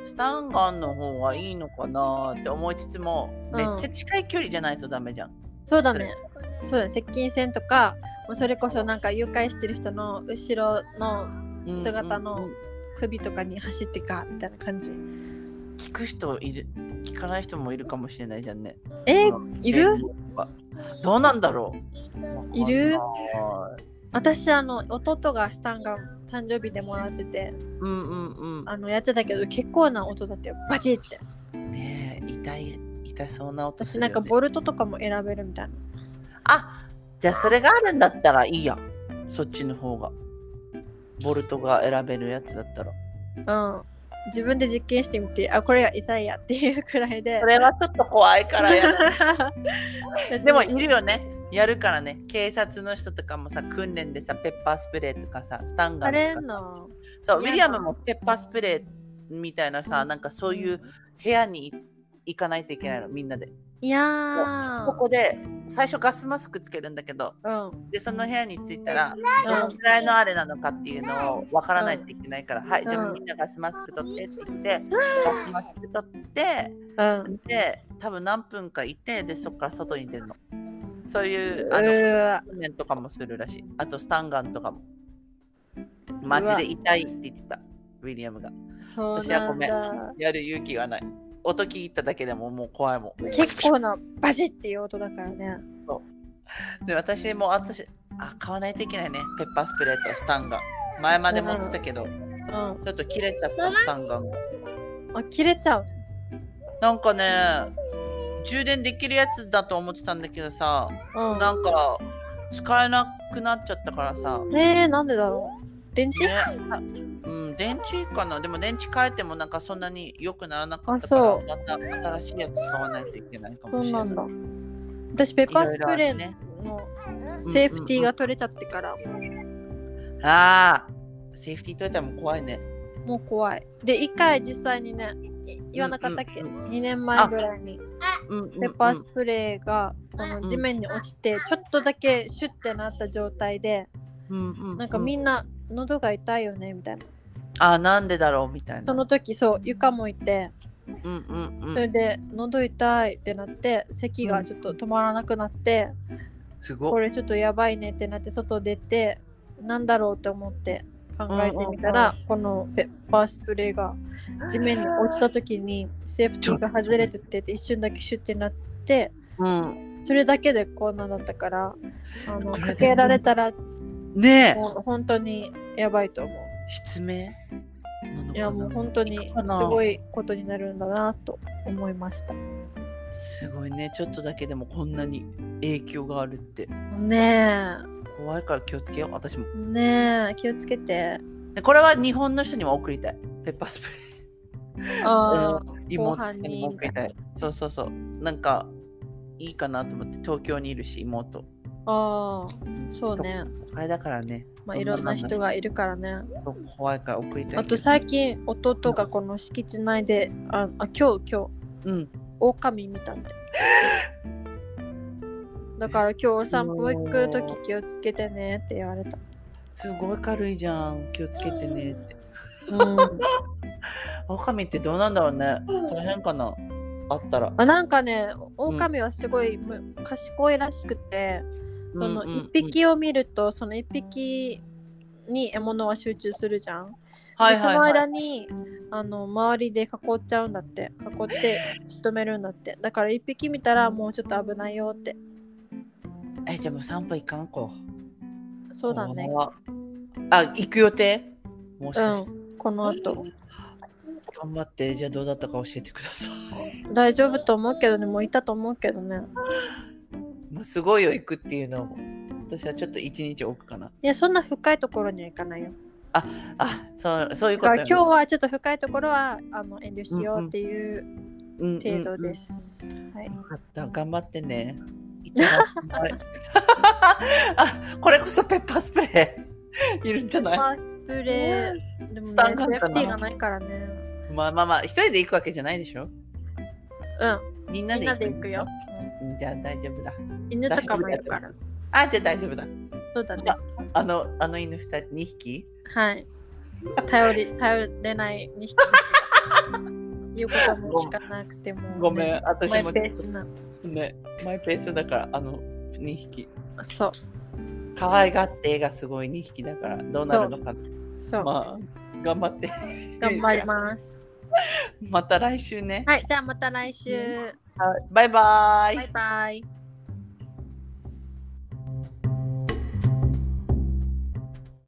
[SPEAKER 2] スタンガンの方がいいのかなって思いつつも、
[SPEAKER 1] うん
[SPEAKER 2] めっちゃ近い距離じゃないとダメじゃん。
[SPEAKER 1] そうだねそうだね接近戦とかもうそれこそなんか誘拐してる人の後ろの
[SPEAKER 2] うん
[SPEAKER 1] 姿
[SPEAKER 2] うんう
[SPEAKER 1] の
[SPEAKER 2] ん
[SPEAKER 1] 首とかに走ってかみたいな感じ
[SPEAKER 2] 聞く人いる、聞かない人もいるかもしれないじゃんね。
[SPEAKER 1] えー
[SPEAKER 2] うん
[SPEAKER 1] いる
[SPEAKER 2] どうなんだろう
[SPEAKER 1] いる
[SPEAKER 2] わかんない
[SPEAKER 1] 私あの弟がスタンガン誕生日でもらってて
[SPEAKER 2] うんうん
[SPEAKER 1] あのやってたけど結構な音だったよバチって
[SPEAKER 2] うん。ねえ、痛い、痛そうな音す
[SPEAKER 1] 私
[SPEAKER 2] るよ
[SPEAKER 1] なん
[SPEAKER 2] ね
[SPEAKER 1] かボルトとかも選べるみたいな
[SPEAKER 2] あじゃあそれがあるんだったらいいや。そっちの方が。ボルトが選べるやつだったら。
[SPEAKER 1] うん、自分で実験してみてあこれが痛いやっていうくらいで
[SPEAKER 2] それはちょっと怖いからやだ
[SPEAKER 1] 別に
[SPEAKER 2] でもいるよね。やるからね警察の人とかもさ訓練でさペッパースプレーとかさスタンガ
[SPEAKER 1] され
[SPEAKER 2] ンと
[SPEAKER 1] ん
[SPEAKER 2] か
[SPEAKER 1] の
[SPEAKER 2] そう
[SPEAKER 1] 嫌
[SPEAKER 2] ウィ
[SPEAKER 1] だ
[SPEAKER 2] リアムもペッパースプレーみたいなさなんかそういう部屋に行かないといけないのみんなで
[SPEAKER 1] いやー
[SPEAKER 2] ここで最初ガスマスクつけるんだけど
[SPEAKER 1] うんうん
[SPEAKER 2] でその部屋に着いたらどのくらいのあれなのかっていうのをわからないといけないから、はいじゃあみんなガスマスク取ってって言って、ガスマスク取って
[SPEAKER 1] うん
[SPEAKER 2] で多分何分かいてでそこから外に出るのそういうあの
[SPEAKER 1] うわ
[SPEAKER 2] 訓練とかもするらしいあとスタンガンとかもマジで痛いって言ってたウィリアムが
[SPEAKER 1] そう
[SPEAKER 2] 私は
[SPEAKER 1] な
[SPEAKER 2] ご
[SPEAKER 1] ん
[SPEAKER 2] めん
[SPEAKER 1] だ
[SPEAKER 2] やる勇気がない音聞いただけでももう怖いもん
[SPEAKER 1] 結構なバジっていう音だからね
[SPEAKER 2] で私も私あ買わないといけないねペッパースプレーとスタンガン前まで持ってたけど、
[SPEAKER 1] うんあ
[SPEAKER 2] ちょっと切れちゃったスタンガンが
[SPEAKER 1] 切れちゃう
[SPEAKER 2] なんかね充電できるやつだと思ってたんだけどさ
[SPEAKER 1] うん
[SPEAKER 2] なんか使えなくなっちゃったからさ、ね、
[SPEAKER 1] えー、なんでだろう電池
[SPEAKER 2] うん電池かなでも電池変えてもなんかそんなに良くならなかったか
[SPEAKER 1] あ
[SPEAKER 2] ら
[SPEAKER 1] そう
[SPEAKER 2] また新しいやつ買わないといけないか
[SPEAKER 1] そ
[SPEAKER 2] も
[SPEAKER 1] う
[SPEAKER 2] しれ
[SPEAKER 1] な
[SPEAKER 2] なんい
[SPEAKER 1] だ私ペッパースプレー
[SPEAKER 2] いろいろあるね
[SPEAKER 1] のセーフティーが取れちゃってから
[SPEAKER 2] あーセーフティー取れたらもう怖いね
[SPEAKER 1] もう怖いで一回実際にねい言わなかったっけ、
[SPEAKER 2] う
[SPEAKER 1] 二
[SPEAKER 2] ん
[SPEAKER 1] 2年前ぐらいに
[SPEAKER 2] うんうんうん
[SPEAKER 1] ペッパースプレーがこ
[SPEAKER 2] うん
[SPEAKER 1] の地面に落ちてちょっとだけシュッてなった状態で
[SPEAKER 2] うんうう
[SPEAKER 1] なんかみんな喉が痛いよねみたいな
[SPEAKER 2] あなんでだろうみたいな
[SPEAKER 1] その時そう床もいて
[SPEAKER 2] うんうんうん
[SPEAKER 1] それで喉痛いってなって咳がちょっと止まらなくなって
[SPEAKER 2] す
[SPEAKER 1] こ
[SPEAKER 2] ごい
[SPEAKER 1] れちょっとやばいねってなって外出てなんだろうって思って考えてみたらこのペッパースプレーが地面に落ちた時にセーフティーが外れてて一瞬だけシュッてなって
[SPEAKER 2] うん
[SPEAKER 1] それだけでこんなだったからあのかけられたら
[SPEAKER 2] ねえ
[SPEAKER 1] もう本当にやばいと思う
[SPEAKER 2] 失明なのかない
[SPEAKER 1] やもう本当にすごいことになるんだなと思いました
[SPEAKER 2] すごいねちょっとだけでもこんなに影響があるって
[SPEAKER 1] ね
[SPEAKER 2] 怖いから気をつけよう私も
[SPEAKER 1] えねえ気をつけて
[SPEAKER 2] でこれは日本の人にも送りたいペッパースプレー
[SPEAKER 1] あ
[SPEAKER 2] うん
[SPEAKER 1] 後
[SPEAKER 2] 妹
[SPEAKER 1] 半に
[SPEAKER 2] にも送りたいそうそうそうなんかいいかなと思って東京にいるし妹
[SPEAKER 1] ーあーそうね
[SPEAKER 2] あれだからね
[SPEAKER 1] まあいろんな人がいるからね
[SPEAKER 2] そう怖いから送りたいけど
[SPEAKER 1] あと最近弟がこの敷地内でああ今日今日
[SPEAKER 2] うん
[SPEAKER 1] 狼見た ってだから今日お散歩行く時気をつけてねって言われた
[SPEAKER 2] すごい軽いじゃん気をつけてねって
[SPEAKER 1] うん
[SPEAKER 2] オカミってどうなんだろうね大変かなあったら
[SPEAKER 1] まあ、なんかね狼はすごいむ賢いらしくて、その
[SPEAKER 2] うんうんうん
[SPEAKER 1] 1匹を見るとその1匹に獲物は集中するじゃん、
[SPEAKER 2] はい
[SPEAKER 1] で
[SPEAKER 2] はい
[SPEAKER 1] その
[SPEAKER 2] はい
[SPEAKER 1] 間にあの周りで囲っちゃうんだって囲って仕留めるんだってだから1匹見たらもうちょっと危ないよって
[SPEAKER 2] えじゃあもう散歩行かんこ
[SPEAKER 1] そうだね
[SPEAKER 2] 怖あ行く予定もし
[SPEAKER 1] う
[SPEAKER 2] かして
[SPEAKER 1] んこの後
[SPEAKER 2] 頑張ってじゃあどうだったか教えてください
[SPEAKER 1] 大丈夫と思うけどねもういたと思うけどね
[SPEAKER 2] もうすごいよ行くっていうのも私はちょっと一日置くかない
[SPEAKER 1] やそんな深いところには行かないよ
[SPEAKER 2] あそうそういう
[SPEAKER 1] だ
[SPEAKER 2] こ
[SPEAKER 1] か
[SPEAKER 2] と
[SPEAKER 1] ら
[SPEAKER 2] よ
[SPEAKER 1] 今日はちょっと深いところはあの遠慮しようっていう
[SPEAKER 2] うんうん
[SPEAKER 1] 程度です、はい
[SPEAKER 2] うんよかった頑張ってねい ただきますあこれこそペッパースプレーいるんじゃない、
[SPEAKER 1] まあスプレー、でも
[SPEAKER 2] ス
[SPEAKER 1] ね、
[SPEAKER 2] タン
[SPEAKER 1] セ
[SPEAKER 2] ガンかな
[SPEAKER 1] ーフティーがないからね。
[SPEAKER 2] まあまあまあ一人で行くわけじゃないでしょみん
[SPEAKER 1] う、
[SPEAKER 2] なん
[SPEAKER 1] みん
[SPEAKER 2] で
[SPEAKER 1] な
[SPEAKER 2] 行く
[SPEAKER 1] で行くよ。
[SPEAKER 2] うんじゃあ大丈夫だ
[SPEAKER 1] 犬とかもいるから。
[SPEAKER 2] あじゃあ大丈夫だ
[SPEAKER 1] そうだね。
[SPEAKER 2] あのあの犬 2, 2匹
[SPEAKER 1] はい。頼り、頼れない2匹。言うことも聞かなくても、
[SPEAKER 2] ごめん私も
[SPEAKER 1] マイペースな。
[SPEAKER 2] ねマイペースだからあの2匹
[SPEAKER 1] そう、
[SPEAKER 2] 可愛がって絵がすごい2匹だからどうなるのか
[SPEAKER 1] そう。
[SPEAKER 2] まあ頑張って
[SPEAKER 1] 頑 張ります。
[SPEAKER 2] また来週ね、
[SPEAKER 1] はい、じゃあまた来週。
[SPEAKER 2] バイバーイ
[SPEAKER 1] バイバイ。